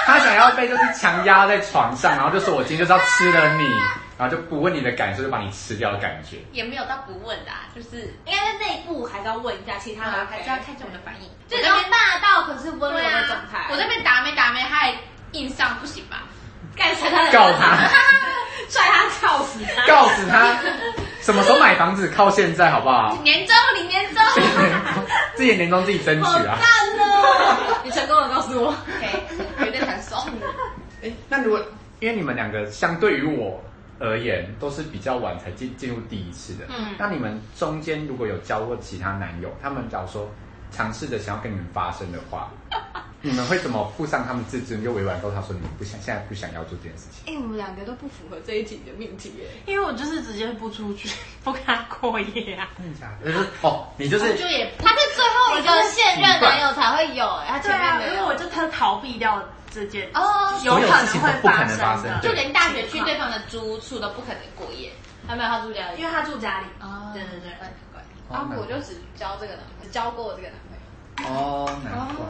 [SPEAKER 3] 他想要被就是强压在床上，然后就说我今天就是要吃了你，然后就不问你的感受，就把你吃掉的感觉。
[SPEAKER 2] 也没有到不问的、啊，就是
[SPEAKER 5] 应该在那一步还是要问一下其他
[SPEAKER 2] 他
[SPEAKER 5] 人，
[SPEAKER 2] 还
[SPEAKER 5] 还
[SPEAKER 2] 是
[SPEAKER 5] 是
[SPEAKER 2] 要
[SPEAKER 5] 要
[SPEAKER 2] 看
[SPEAKER 5] 看
[SPEAKER 2] 一下我们的反应。
[SPEAKER 5] 这
[SPEAKER 2] 我
[SPEAKER 5] 种
[SPEAKER 2] 在那边
[SPEAKER 5] 霸道可是温柔
[SPEAKER 2] 对
[SPEAKER 5] 的状
[SPEAKER 2] 啊
[SPEAKER 5] 态。，
[SPEAKER 2] 我这边打没打没，他还硬上不行吧？干摔他的
[SPEAKER 3] 告他，
[SPEAKER 5] 拽他靠死他，
[SPEAKER 3] 告死他，什么时候买房子靠现在好不好？
[SPEAKER 2] 年终领年终。
[SPEAKER 3] 自己的年终自己争取啊。
[SPEAKER 5] 你成功的告诉我，
[SPEAKER 2] OK，有点难 受。
[SPEAKER 3] 哎、那如果因为你们两个相对于我而言都是比较晚才进进入第一次的，
[SPEAKER 2] 嗯
[SPEAKER 3] 那你们中间如果有交过其他男友，他们假如说尝试着想要跟你们发生的话，你们会怎么附上他们自尊，又委婉地告诉他说你们不想现在不想要做这件事情？
[SPEAKER 5] 哎，我们两个都不符合这一集的命题耶。
[SPEAKER 1] 因为我就是直接不出 去，不跟他过夜啊。
[SPEAKER 3] 真的假的？就是哦，你就是
[SPEAKER 2] 就也
[SPEAKER 5] 他是最后一个现任男友才会有，哎他
[SPEAKER 1] 对
[SPEAKER 5] 前面
[SPEAKER 1] 啊，
[SPEAKER 5] 没
[SPEAKER 1] 因为
[SPEAKER 5] 有
[SPEAKER 1] 我。就他逃避掉这件，
[SPEAKER 5] 哦
[SPEAKER 1] 有可能
[SPEAKER 3] 所有事情
[SPEAKER 1] 会
[SPEAKER 3] 都不可能发
[SPEAKER 1] 生
[SPEAKER 3] 生
[SPEAKER 1] 的，
[SPEAKER 2] 就连大学去对方的租屋处都不可能过夜。
[SPEAKER 5] 还没有他住家
[SPEAKER 1] 因
[SPEAKER 5] 里。
[SPEAKER 1] 为他住家里。
[SPEAKER 5] 啊
[SPEAKER 1] 对对对
[SPEAKER 2] 难怪。
[SPEAKER 3] 哦
[SPEAKER 2] 啊，
[SPEAKER 3] 难
[SPEAKER 2] 我就只交这个男朋友，只交过这个男朋友。
[SPEAKER 3] 哦，难怪。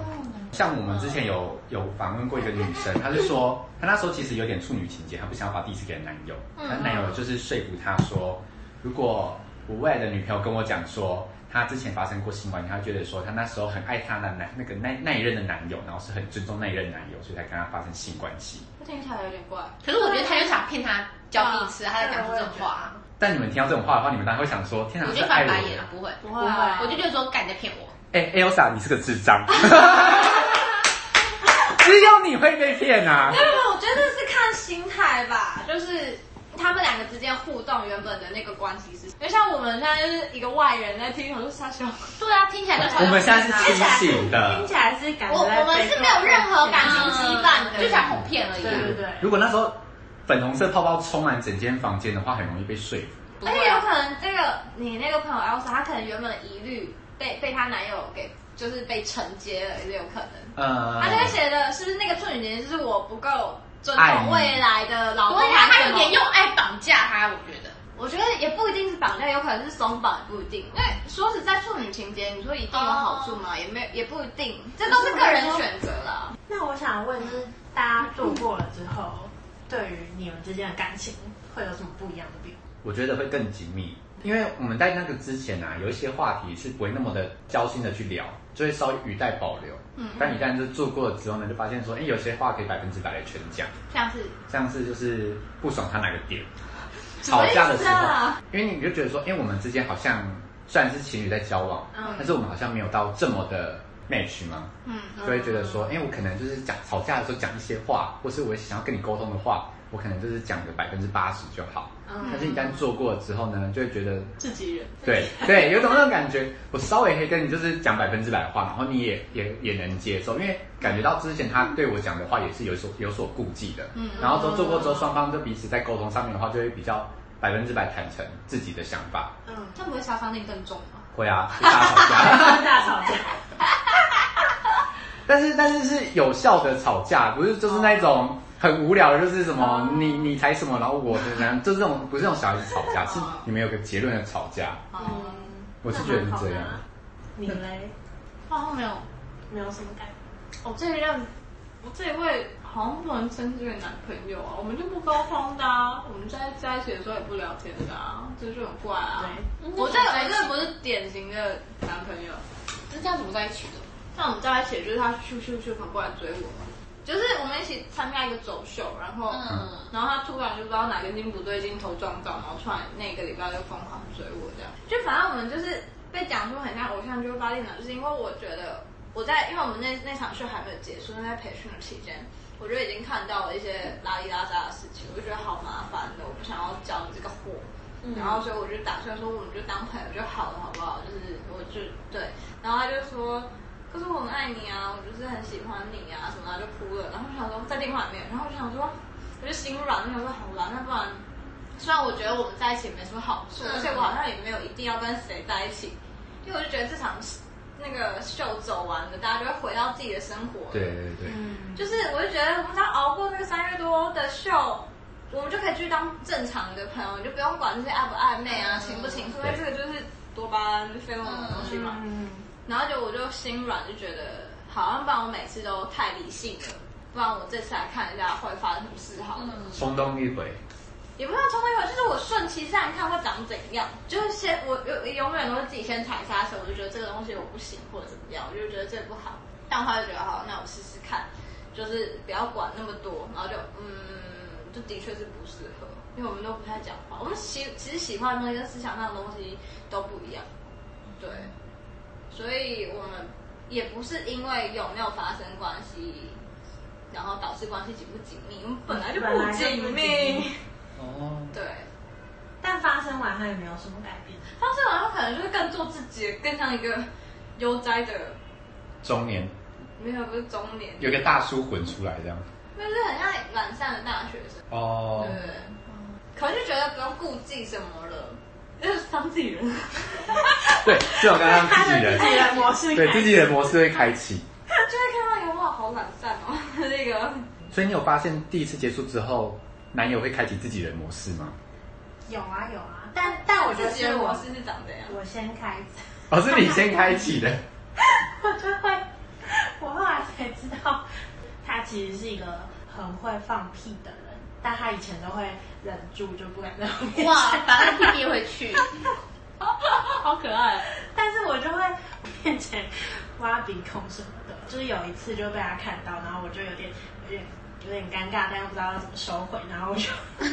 [SPEAKER 3] 像我们之前有有访问过一个女生，她是说她那时候其实有点处女情节，她不想要把第一次给男友，她男友就是说服她说，如果我未来的女朋友跟我讲说她之前发生过性关系，她觉得说她那时候很爱她的男那个那那一任的男友，然后是很尊重那一任男友，所以才跟她发生性关系。
[SPEAKER 5] 他听起来有点怪。
[SPEAKER 2] 可是我觉得他就想骗他交第一次，他在讲出这种话，
[SPEAKER 3] 但你们听到这种话的话，你们当然会想说，天哪，
[SPEAKER 2] 我啊
[SPEAKER 3] 她
[SPEAKER 2] 就是翻
[SPEAKER 3] 爱
[SPEAKER 2] 白
[SPEAKER 3] 我
[SPEAKER 2] 眼
[SPEAKER 3] 的
[SPEAKER 2] 了，。不会，
[SPEAKER 1] 不会啊
[SPEAKER 2] 我就觉得说干你在骗我。
[SPEAKER 3] 哎、e l s a 你是个智障，只有你会被骗 啊！
[SPEAKER 5] 对，我觉得是看心态吧，就是他们两个之间互动原本的那个关系是，因为像我们现在就是一个外人在听，我就傻笑。
[SPEAKER 2] 对啊，听起来就超
[SPEAKER 3] 我们现在是清
[SPEAKER 5] 啊
[SPEAKER 3] 醒的
[SPEAKER 1] 听。起来是感觉
[SPEAKER 5] 我我们是没有任何感情羁绊的，
[SPEAKER 2] 就想哄骗而已。
[SPEAKER 1] 对对对，
[SPEAKER 3] 如果那时候粉红色泡泡充满整间房间的话，很容易被说服。
[SPEAKER 2] 不
[SPEAKER 5] 而
[SPEAKER 2] 会
[SPEAKER 5] 哎且有
[SPEAKER 2] 啊，
[SPEAKER 5] 可能这个你那个朋友 Elsa，她可能原本疑虑被被她男友给就是被承接了，也有可能。
[SPEAKER 2] 嗯
[SPEAKER 3] 呃，
[SPEAKER 5] 他就会写的是不是那个处女年就是我不够尊
[SPEAKER 3] 爱
[SPEAKER 5] 重
[SPEAKER 3] 你
[SPEAKER 5] 未来的老
[SPEAKER 2] 不
[SPEAKER 5] 公
[SPEAKER 2] 会啊，
[SPEAKER 5] 还
[SPEAKER 2] 他
[SPEAKER 5] 是什
[SPEAKER 2] 有
[SPEAKER 5] 么
[SPEAKER 2] 点用爱绑架他，我觉得。
[SPEAKER 5] 我觉得也不一定是绑架，有可能是松绑，也不一定。因为说实在，处女情节，你说一定有好处吗？
[SPEAKER 2] 哦
[SPEAKER 5] 也没有，也不一定，这都是个人选择啦。
[SPEAKER 1] 那我想问，就是大家做过了之后，对于你们之间的感情会有什么不一样的变化？
[SPEAKER 3] 我觉得会更紧密，因为我们在那个之前啊，有一些话题是不会那么的交心的去聊，就会稍微语带保留。嗯，但一旦就做过了之后呢，就发现说，哎，有些话可以百分之百的全讲，
[SPEAKER 5] 像是
[SPEAKER 3] 像是就是不爽他哪个 点，吵架的时
[SPEAKER 5] 什么意思
[SPEAKER 3] 候
[SPEAKER 5] 啊，
[SPEAKER 3] 因为你就觉得说，哎，我们之间好像虽然是情侣在交往，
[SPEAKER 1] 嗯
[SPEAKER 3] 但是我们好像没有到这么的 match 吗？
[SPEAKER 5] 嗯，
[SPEAKER 3] 就会觉得说，哎、我可能就是讲吵架的时候讲一些话，或是我想要跟你沟通的话，我可能就是讲个百分之八十就好。
[SPEAKER 1] 嗯
[SPEAKER 3] 但是一旦做过了之后呢，就会觉得，
[SPEAKER 5] 自己人，
[SPEAKER 3] 对对，有种那种感觉，我稍微可以跟你就是讲百分之百的话，然后你也也也能接受，因为感觉到之前他对我讲的话也是有所有所顾忌的。嗯，然后都做过之后，双方就彼此在沟通上面的话，就会比较百分之百坦诚自己的想法。
[SPEAKER 1] 嗯，
[SPEAKER 5] 这样不会杀伤力更重吗？
[SPEAKER 3] 会啊，就大吵架。
[SPEAKER 1] 大吵架，
[SPEAKER 3] 但是但是是有效的吵架，不是就是那种很无聊的，就是什么你你才什么，然后我的然后就是这种不是那种小孩子吵架，是你们有个结论的吵架。
[SPEAKER 5] 哦
[SPEAKER 1] 嗯，
[SPEAKER 3] 我是觉得是这样。
[SPEAKER 1] 你嘞，
[SPEAKER 5] 然后没有，
[SPEAKER 1] 没有什么感觉。
[SPEAKER 5] 我哦这一任，我这一位好像不能称之为男朋友啊，我们就不沟通的、啊，我们在在一起的时候也不聊天的啊，这就很怪啊。我这个我这个不是典型的男朋友。
[SPEAKER 2] 那这样怎么在一起的？
[SPEAKER 5] 像我们在一起，就是他咻咻咻跑过来追我嘛，就是我们一起参加一个走秀，然后，
[SPEAKER 2] 嗯
[SPEAKER 5] 然后他突然就不知道哪根筋不对劲，头撞到，然后突然那个礼拜就疯狂追我这样。就反正我们就是被讲说很像偶像剧发电脑，就是因为我觉得我在，因为我们那那场秀还没有结束，那在培训的期间。我就已经看到了一些拉里拉杂的事情，我就觉得好麻烦的，我不想要搅你这个火。然后所以我就打算说，我们就当朋友就好了，好不好？就是我就对，然后他就说，可是我很爱你啊，我就是很喜欢你啊，什么的，然后就哭了。然后我想说在电话里面，然后我就想说，嗯我就心软，我想说好啦，那不然，虽然我觉得我们在一起没什么好处，而且我好像也没有一定要跟谁在一起，因为我就觉得这场那个秀走完了，大家就会回到自己的生活。
[SPEAKER 3] 对对对，
[SPEAKER 1] 嗯
[SPEAKER 5] 就是我就觉得我们只要熬过那个三月多的秀，我们就可以去当正常的朋友，你就不用管这些暧不暧昧啊、情不情愫，因为这个就是多巴胺、费洛蒙的东西嘛。
[SPEAKER 1] 嗯，
[SPEAKER 5] 然后就我就心软，就觉得好像不然我每次都太理性了，不然我这次来看一下会发生什么事好了。
[SPEAKER 2] 嗯
[SPEAKER 3] 冲动一回，
[SPEAKER 5] 也不算冲动一回，就是我顺其自然看会长怎样。就是先我永永远都是自己先踩刹车，我就觉得这个东西我不行或者怎么样，我就觉得这不好。但我后来就觉得好，那我试试看，就是不要管那么多，然后就嗯，就的确是不适合，因为我们都不太讲话，我们喜其实喜欢的东西跟思想上的东西都不一样，对，所以我们也不是因为有没有发生关系。然后导致关系紧不紧密，我们本来就
[SPEAKER 1] 本来
[SPEAKER 5] 不
[SPEAKER 1] 就不
[SPEAKER 5] 紧
[SPEAKER 1] 紧
[SPEAKER 5] 密
[SPEAKER 1] 密，
[SPEAKER 3] 哦，
[SPEAKER 5] 对，
[SPEAKER 1] 但发生完后也没有什么改变。
[SPEAKER 5] 他这种他可能就是更做自己，更像一个悠哉的，
[SPEAKER 3] 中年
[SPEAKER 5] 没有不是中年，
[SPEAKER 3] 有个大叔滚出来这样，
[SPEAKER 5] 就是很像懒散的大学生，
[SPEAKER 3] 哦
[SPEAKER 5] 对，不对？可能就觉得不用顾忌什么了， 就是当自己人。
[SPEAKER 3] 对，这种刚刚
[SPEAKER 1] 他
[SPEAKER 3] 自己
[SPEAKER 1] 的
[SPEAKER 3] 人
[SPEAKER 1] 自，己的模式，
[SPEAKER 3] 对自己人模式会开启。
[SPEAKER 5] 就会看到有哇，好懒散哦，那个
[SPEAKER 3] 所以你有发现第一次结束之后，男友会开启自己人模式吗？
[SPEAKER 1] 有啊有啊，但但我觉得
[SPEAKER 5] 自己的
[SPEAKER 1] 是
[SPEAKER 5] 模
[SPEAKER 1] 我
[SPEAKER 5] 式是长怎样？
[SPEAKER 1] 我先开始，
[SPEAKER 3] 哦，是你先开启的，
[SPEAKER 1] 我就会，我后来才知道，他其实是一个很会放屁的人，但他以前都会忍住，就不敢在后面
[SPEAKER 2] 哇，
[SPEAKER 1] 讲
[SPEAKER 2] 把他屁屁回去，
[SPEAKER 5] 好可爱，啊
[SPEAKER 1] 但是我就会面前挖鼻孔什么的，就是有一次就被他看到，然后我就有点有点有点尴尬，但又不知道要怎么收回，然后我就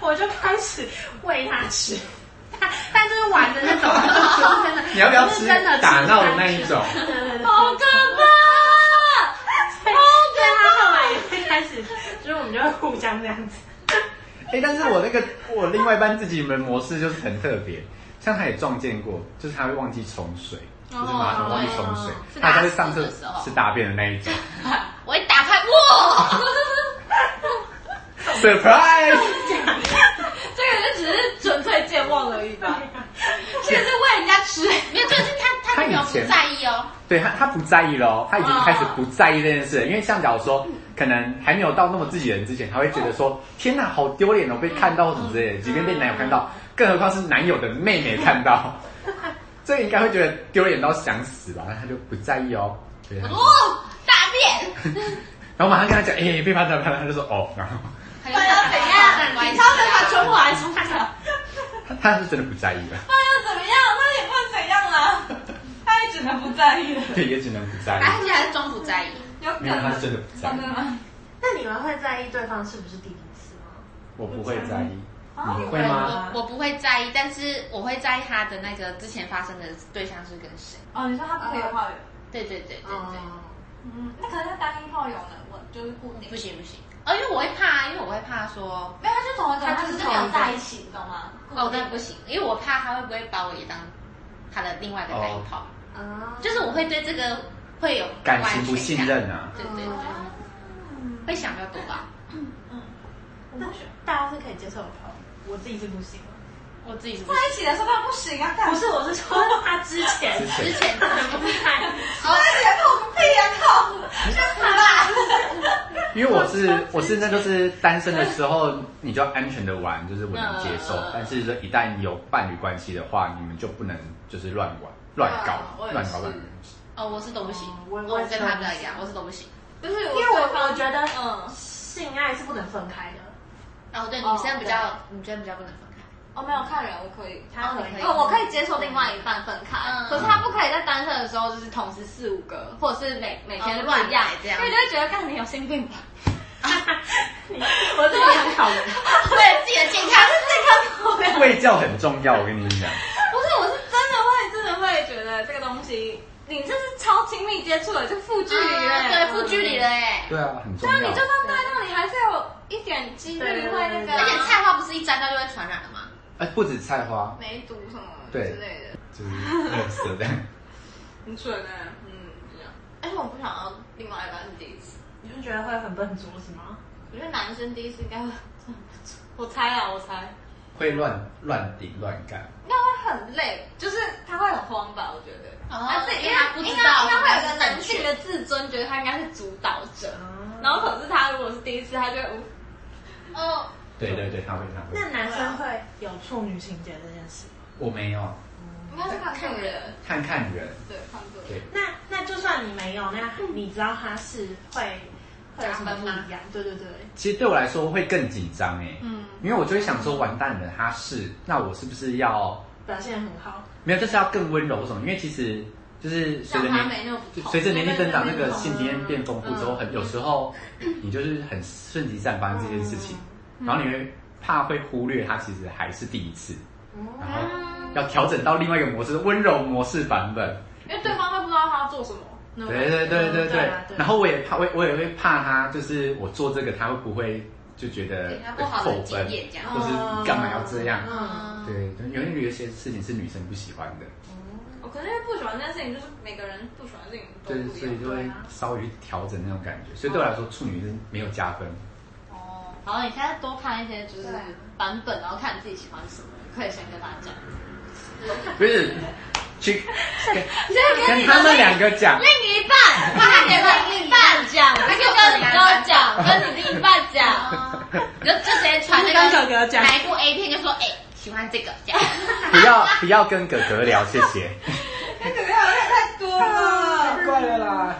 [SPEAKER 1] 我就开始喂他吃，但但就是玩的那种，就是真的
[SPEAKER 3] 你要不要吃
[SPEAKER 1] 就是真的吃
[SPEAKER 3] 打闹的那一种？
[SPEAKER 1] 对对对，
[SPEAKER 5] 好可怕！
[SPEAKER 1] 对他后来也会开始，就是我们就会互相这样子，
[SPEAKER 3] 哎、但是我那个我另外一班自己人模式就是很特别，像他也撞见过，就是他会忘记冲水，就是马桶忘记冲水，
[SPEAKER 2] 哦是
[SPEAKER 3] 他
[SPEAKER 2] 拉
[SPEAKER 3] 在
[SPEAKER 2] 屎
[SPEAKER 3] 上厕
[SPEAKER 2] 的时候
[SPEAKER 3] 是大便的那一种
[SPEAKER 2] 我一打开，哇，
[SPEAKER 3] ，surprise！
[SPEAKER 5] 这个就只是纯粹健忘而已吧，这个是喂人家吃，
[SPEAKER 2] 没有，就是他他女朋友不在意哦，
[SPEAKER 3] 对他他不在意喽，他已经开始不在意这件事了，因为像假如说可能还没有到那么自己人之前，他会觉得说天哪，好丢脸哦，被看到或什么之类的，即便被男友看到，更何况是男友的妹妹看到， 这应该会觉得丢脸到想死吧，他就不在意哦。对
[SPEAKER 2] 哇，大便，
[SPEAKER 3] 然后马上跟他讲，哎、被发现，被发现，他就说哦，然后
[SPEAKER 2] 还
[SPEAKER 5] 不然要怎样？你超
[SPEAKER 2] 超
[SPEAKER 5] 能把冲回来冲回来。
[SPEAKER 3] 他他是真的不在意了，
[SPEAKER 5] 那又怎么样？那也不能怎样啊啦， 他也只能不在意了。
[SPEAKER 3] 对，也只能不在意，
[SPEAKER 2] 而且还是装不在意，
[SPEAKER 5] 有可
[SPEAKER 3] 没有，他
[SPEAKER 5] 能
[SPEAKER 3] 是真的不在
[SPEAKER 5] 真
[SPEAKER 3] 意
[SPEAKER 5] 的，吗？
[SPEAKER 1] 那你们会在意对方是不是第一次吗？
[SPEAKER 3] 我不会在意，
[SPEAKER 5] 啊
[SPEAKER 3] 你会吗？
[SPEAKER 2] 我我不会在意，但是我会在意他的那个之前发生的对象是跟谁，
[SPEAKER 5] 哦，你说他不可以有炮友？
[SPEAKER 2] 对对对对对。
[SPEAKER 1] 哦，
[SPEAKER 5] 嗯，那可能他单一炮友呢，我就是固定
[SPEAKER 2] 不。行不行，哦，因为我会怕，因为我会怕说，
[SPEAKER 5] 没有，他就同一个，
[SPEAKER 1] 他
[SPEAKER 5] 他
[SPEAKER 1] 就
[SPEAKER 5] 只
[SPEAKER 1] 是
[SPEAKER 5] 是没有在一起，你懂吗？
[SPEAKER 2] 哦，但不行，因为我怕他会不会把我也当他的另外一个男友跑，
[SPEAKER 1] 啊，
[SPEAKER 2] 就是我会对这个会有
[SPEAKER 3] 感情不信
[SPEAKER 2] 不安
[SPEAKER 3] 任啊，
[SPEAKER 2] 全感，对对对，
[SPEAKER 5] 啊
[SPEAKER 2] 会想比较多吧，
[SPEAKER 5] 嗯我不行，
[SPEAKER 1] 大家是可以接受的朋友，我自己是不行。
[SPEAKER 2] 我自己是不
[SPEAKER 5] 在
[SPEAKER 2] 行
[SPEAKER 5] 一起的时候当然不行啊，干
[SPEAKER 1] 不是，我是 说他之前
[SPEAKER 3] 之前
[SPEAKER 2] 之前
[SPEAKER 1] 不是他
[SPEAKER 5] 在一起还碰个屁啊，靠，去死吧！
[SPEAKER 3] 因为我是我是那就是单身的时候，你就安全的玩，就是我能接受
[SPEAKER 5] 嗯。
[SPEAKER 3] 但是说一旦有伴侣关系的话，你们就不能就是乱玩、乱搞、
[SPEAKER 5] 啊我也
[SPEAKER 3] 乱
[SPEAKER 5] 是
[SPEAKER 3] 搞乱搞。
[SPEAKER 2] 哦，我是都不行，
[SPEAKER 1] 哦我
[SPEAKER 2] 我
[SPEAKER 1] 也
[SPEAKER 2] 我跟他
[SPEAKER 1] 我也是
[SPEAKER 2] 比较一样，我是都不行。
[SPEAKER 5] 就是因
[SPEAKER 1] 因为我我觉得
[SPEAKER 5] 嗯，
[SPEAKER 1] 性爱是不能分开的，
[SPEAKER 2] 哦，对，
[SPEAKER 5] 哦
[SPEAKER 2] 女生比较女生比较不能分开，
[SPEAKER 5] 哦，没有看人，我可以。
[SPEAKER 1] 他可
[SPEAKER 2] 可
[SPEAKER 1] 以
[SPEAKER 2] 以。
[SPEAKER 5] 哦，我可以接受另外一半分开，
[SPEAKER 2] 嗯
[SPEAKER 5] 可是他不可以在单身的时候就是同时四五个，或者是每每天
[SPEAKER 2] 哦
[SPEAKER 5] 都不一样
[SPEAKER 2] 乱来，这样
[SPEAKER 5] 因为就会觉得，干你有心病吧？
[SPEAKER 1] 我自己很考虑。
[SPEAKER 2] 为了自己的健康。
[SPEAKER 3] 喂教很重要，我跟你讲，
[SPEAKER 5] 不是，我是真的会，真的会觉得这个东西，你这是超亲密接触的，就负距离了，
[SPEAKER 2] 对，负距离了。哎，
[SPEAKER 3] 对啊，很重
[SPEAKER 5] 对啊，
[SPEAKER 3] 要
[SPEAKER 5] 你。就算带到，你还是有一点几率会那个啊，
[SPEAKER 2] 而且菜花不是一沾到就会传染的吗？
[SPEAKER 3] 哎，不止菜花，
[SPEAKER 5] 梅毒什么之
[SPEAKER 3] 对
[SPEAKER 5] 类的，
[SPEAKER 3] 就是垃圾这 样。
[SPEAKER 5] 很准的，嗯，一样。而且我不想要另外一半是第一次。
[SPEAKER 1] 你就觉得会很笨拙是吗？
[SPEAKER 5] 我觉得男生第一次应该会，我猜啊，我猜
[SPEAKER 3] 会乱乱顶乱干，
[SPEAKER 5] 应该会很累，就是他会很慌吧？我觉得，
[SPEAKER 2] 哦
[SPEAKER 5] 他自己
[SPEAKER 2] 因为他不知道
[SPEAKER 5] 应该应该会
[SPEAKER 2] 怎
[SPEAKER 5] 有
[SPEAKER 2] 么
[SPEAKER 5] 一个男性的自尊，觉得他应该是主导者。
[SPEAKER 1] 嗯
[SPEAKER 5] 然后可是他如果是第一次，他就会嗯无
[SPEAKER 2] 哦，
[SPEAKER 3] 对对对，他会他会。
[SPEAKER 1] 那男生会有处女情节这件事吗？
[SPEAKER 3] 我没有
[SPEAKER 5] 应该是看人，
[SPEAKER 3] 看看人，
[SPEAKER 5] 对，看个人。
[SPEAKER 3] 对，
[SPEAKER 1] 那那就算你没有，那你知道他是会会有什么不一样？对对对，
[SPEAKER 3] 其实对我来说会更紧张哎，
[SPEAKER 5] 嗯
[SPEAKER 3] 因为我就会想说，完蛋了，他是，那我是不是要
[SPEAKER 1] 表现很好，
[SPEAKER 3] 没有，就是要更温柔什么？因为其实就是随着
[SPEAKER 5] 让他没
[SPEAKER 3] 年
[SPEAKER 5] 那么不同
[SPEAKER 3] 随着年龄增长，
[SPEAKER 1] 对
[SPEAKER 3] 那
[SPEAKER 1] 对对
[SPEAKER 3] 个性经验变丰富之后，嗯很有时候你就是很顺其自然发生这件事情，
[SPEAKER 5] 嗯
[SPEAKER 3] 然后你会怕会忽略他其实还是第一次，
[SPEAKER 1] 哦
[SPEAKER 3] 然后
[SPEAKER 5] 嗯
[SPEAKER 3] 要调整到另外一个模式，温柔模式版本。
[SPEAKER 5] 因为对方会不知道他要做什么。那种
[SPEAKER 3] 对对对对
[SPEAKER 1] 对啊对
[SPEAKER 3] 然后我也怕，我我也会怕他，就是我做这个他会不会就觉得呃
[SPEAKER 2] 给他不好的
[SPEAKER 3] 扣分
[SPEAKER 2] 经验这样，哦
[SPEAKER 3] 或是你干嘛要这样？
[SPEAKER 1] 嗯，
[SPEAKER 3] 对，就因为有一些事情是女生不喜欢的。
[SPEAKER 5] 我可是不喜欢这件事情，就是每个人不喜欢的事情都
[SPEAKER 3] 对，
[SPEAKER 5] 不
[SPEAKER 3] 所
[SPEAKER 5] 一
[SPEAKER 3] 以
[SPEAKER 5] 样。
[SPEAKER 3] 就会稍微去调整那种感觉，所以对我来说，处女是没有加分。
[SPEAKER 5] 哦，好，你现在多看一些就是
[SPEAKER 4] 对啊
[SPEAKER 5] 版本，然后看你自己喜欢什么，可以先跟他讲。
[SPEAKER 3] 不是，去跟
[SPEAKER 5] 先
[SPEAKER 3] 跟他们两个讲，
[SPEAKER 5] 另一半，他给另一半讲，不是跟你哥讲，跟你另一半讲。
[SPEAKER 2] 你就就直接传那
[SPEAKER 1] 刚
[SPEAKER 2] 个
[SPEAKER 1] 小哥讲
[SPEAKER 2] 哪一部 A 片，就说哎喜欢这个这样，
[SPEAKER 3] 不要不要跟哥哥聊，谢谢。
[SPEAKER 4] 那可能好像太多了。
[SPEAKER 3] 怪了啦，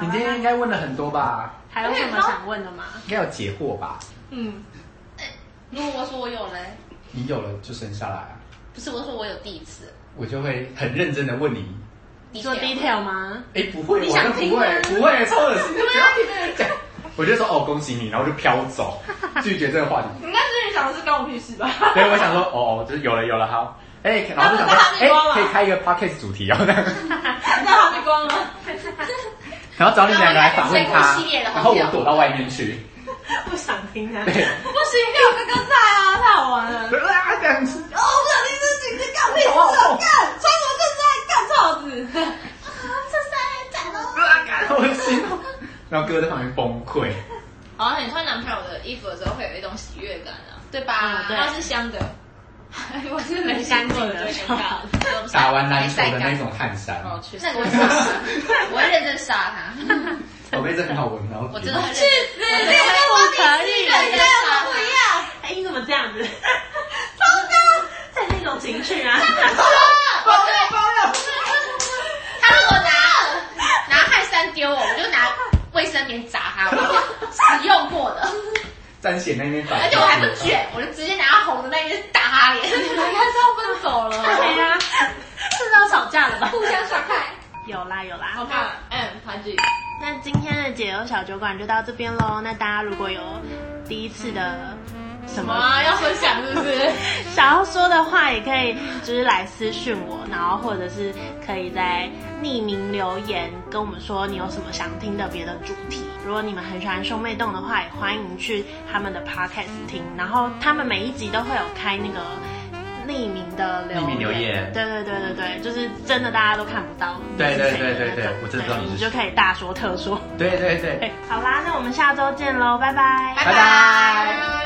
[SPEAKER 3] 你今天应该问了很多吧？
[SPEAKER 1] 还有什么想问的吗？
[SPEAKER 3] 应该有解惑吧？
[SPEAKER 5] 嗯，
[SPEAKER 2] 如果我说我有嘞，
[SPEAKER 3] 你有了就生下来啊，
[SPEAKER 2] 不是我说我有第一次，
[SPEAKER 3] 我就会很认真的问你。
[SPEAKER 1] 你说 detail 吗？
[SPEAKER 3] 哎，不会，
[SPEAKER 2] 你
[SPEAKER 3] 我
[SPEAKER 2] 想
[SPEAKER 3] 都
[SPEAKER 2] 听
[SPEAKER 3] 不
[SPEAKER 2] 吗啊
[SPEAKER 3] 会，不会，超恶心，不要讲。我就说哦，恭喜你，然后就飘走，拒绝这个话 题。
[SPEAKER 5] 应该是你想的是关我屁事吧？
[SPEAKER 3] 所以我想说，哦，哦，就是有了有了，好，哎、然后就想说，哎、可以开一个 podcast 主题哦，
[SPEAKER 5] 那他没光了，
[SPEAKER 3] 然后找你们两个来访问
[SPEAKER 2] 那我们来个
[SPEAKER 3] 他
[SPEAKER 2] 水果系列的，
[SPEAKER 3] 然
[SPEAKER 2] 好
[SPEAKER 3] 后我
[SPEAKER 2] 不好
[SPEAKER 3] 躲到外面去，
[SPEAKER 1] 不想听啊
[SPEAKER 3] 对，，
[SPEAKER 5] 不行，给我哥哥在啊，太好玩了。
[SPEAKER 3] 啊这样子，
[SPEAKER 4] 哦，我不想听这警察干屁事，干穿什么衬衫，干罩子。
[SPEAKER 3] 啊干好恶心哦，然后哥在旁边崩 溃，
[SPEAKER 5] 好像你穿男朋友的衣服的时候，会有一种喜悦感啊，
[SPEAKER 2] 对吧？
[SPEAKER 1] 嗯对
[SPEAKER 5] 它是香的。我是没
[SPEAKER 1] 香过
[SPEAKER 5] 过
[SPEAKER 1] 的
[SPEAKER 5] 的，
[SPEAKER 3] 打完篮球的那种汗衫，
[SPEAKER 5] 哦，去
[SPEAKER 2] 那个我会杀死，我会认真杀他，
[SPEAKER 3] 我被这很好闻，然后
[SPEAKER 2] 我真的哦会认
[SPEAKER 5] 去
[SPEAKER 2] 真
[SPEAKER 5] 死！
[SPEAKER 2] 我真
[SPEAKER 5] 这
[SPEAKER 2] 的会
[SPEAKER 5] 个不可
[SPEAKER 2] 一
[SPEAKER 5] 以
[SPEAKER 2] 个人在杀他
[SPEAKER 1] 哎，你怎么这样 子？糟糕，在那种情绪 啊，
[SPEAKER 2] 我对，他如果拿拿汗衫丢我，我就拿卫生棉砸他，我是使用过的，
[SPEAKER 3] 沾血那边打，
[SPEAKER 2] 而且我还不卷，我就直接拿红的那一边打他脸。
[SPEAKER 5] 应该是要分手了。
[SPEAKER 1] 对哎呀，是要吵架了吧？
[SPEAKER 5] 互相伤害。
[SPEAKER 1] 有啦有啦，
[SPEAKER 5] 好看，嗯，韩剧。
[SPEAKER 1] 那今天的解忧小酒馆就到这边喽。那大家如果有第一次的什
[SPEAKER 5] 什么
[SPEAKER 1] 么
[SPEAKER 5] 啊？要分享是不是？
[SPEAKER 1] 想要说的话，也可以就是来私讯我，然后或者是可以在匿名留言跟我们说你有什么想听的别的主题。如果你们很喜欢兄妹洞的话，也欢迎去他们的 podcast 听，然后他们每一集都会有开那个。匿名的留言，
[SPEAKER 3] 匿名留言
[SPEAKER 1] 对对对对对，就是真的大家都看不到你
[SPEAKER 3] 对
[SPEAKER 1] 是
[SPEAKER 3] 对
[SPEAKER 1] 谁的那种。
[SPEAKER 3] 对 对对我真的知道你是
[SPEAKER 1] 你
[SPEAKER 3] 谁
[SPEAKER 1] 就可以大说特说。
[SPEAKER 3] 对对对，
[SPEAKER 1] 好啦，那我们下周见喽，拜拜，
[SPEAKER 3] 拜拜。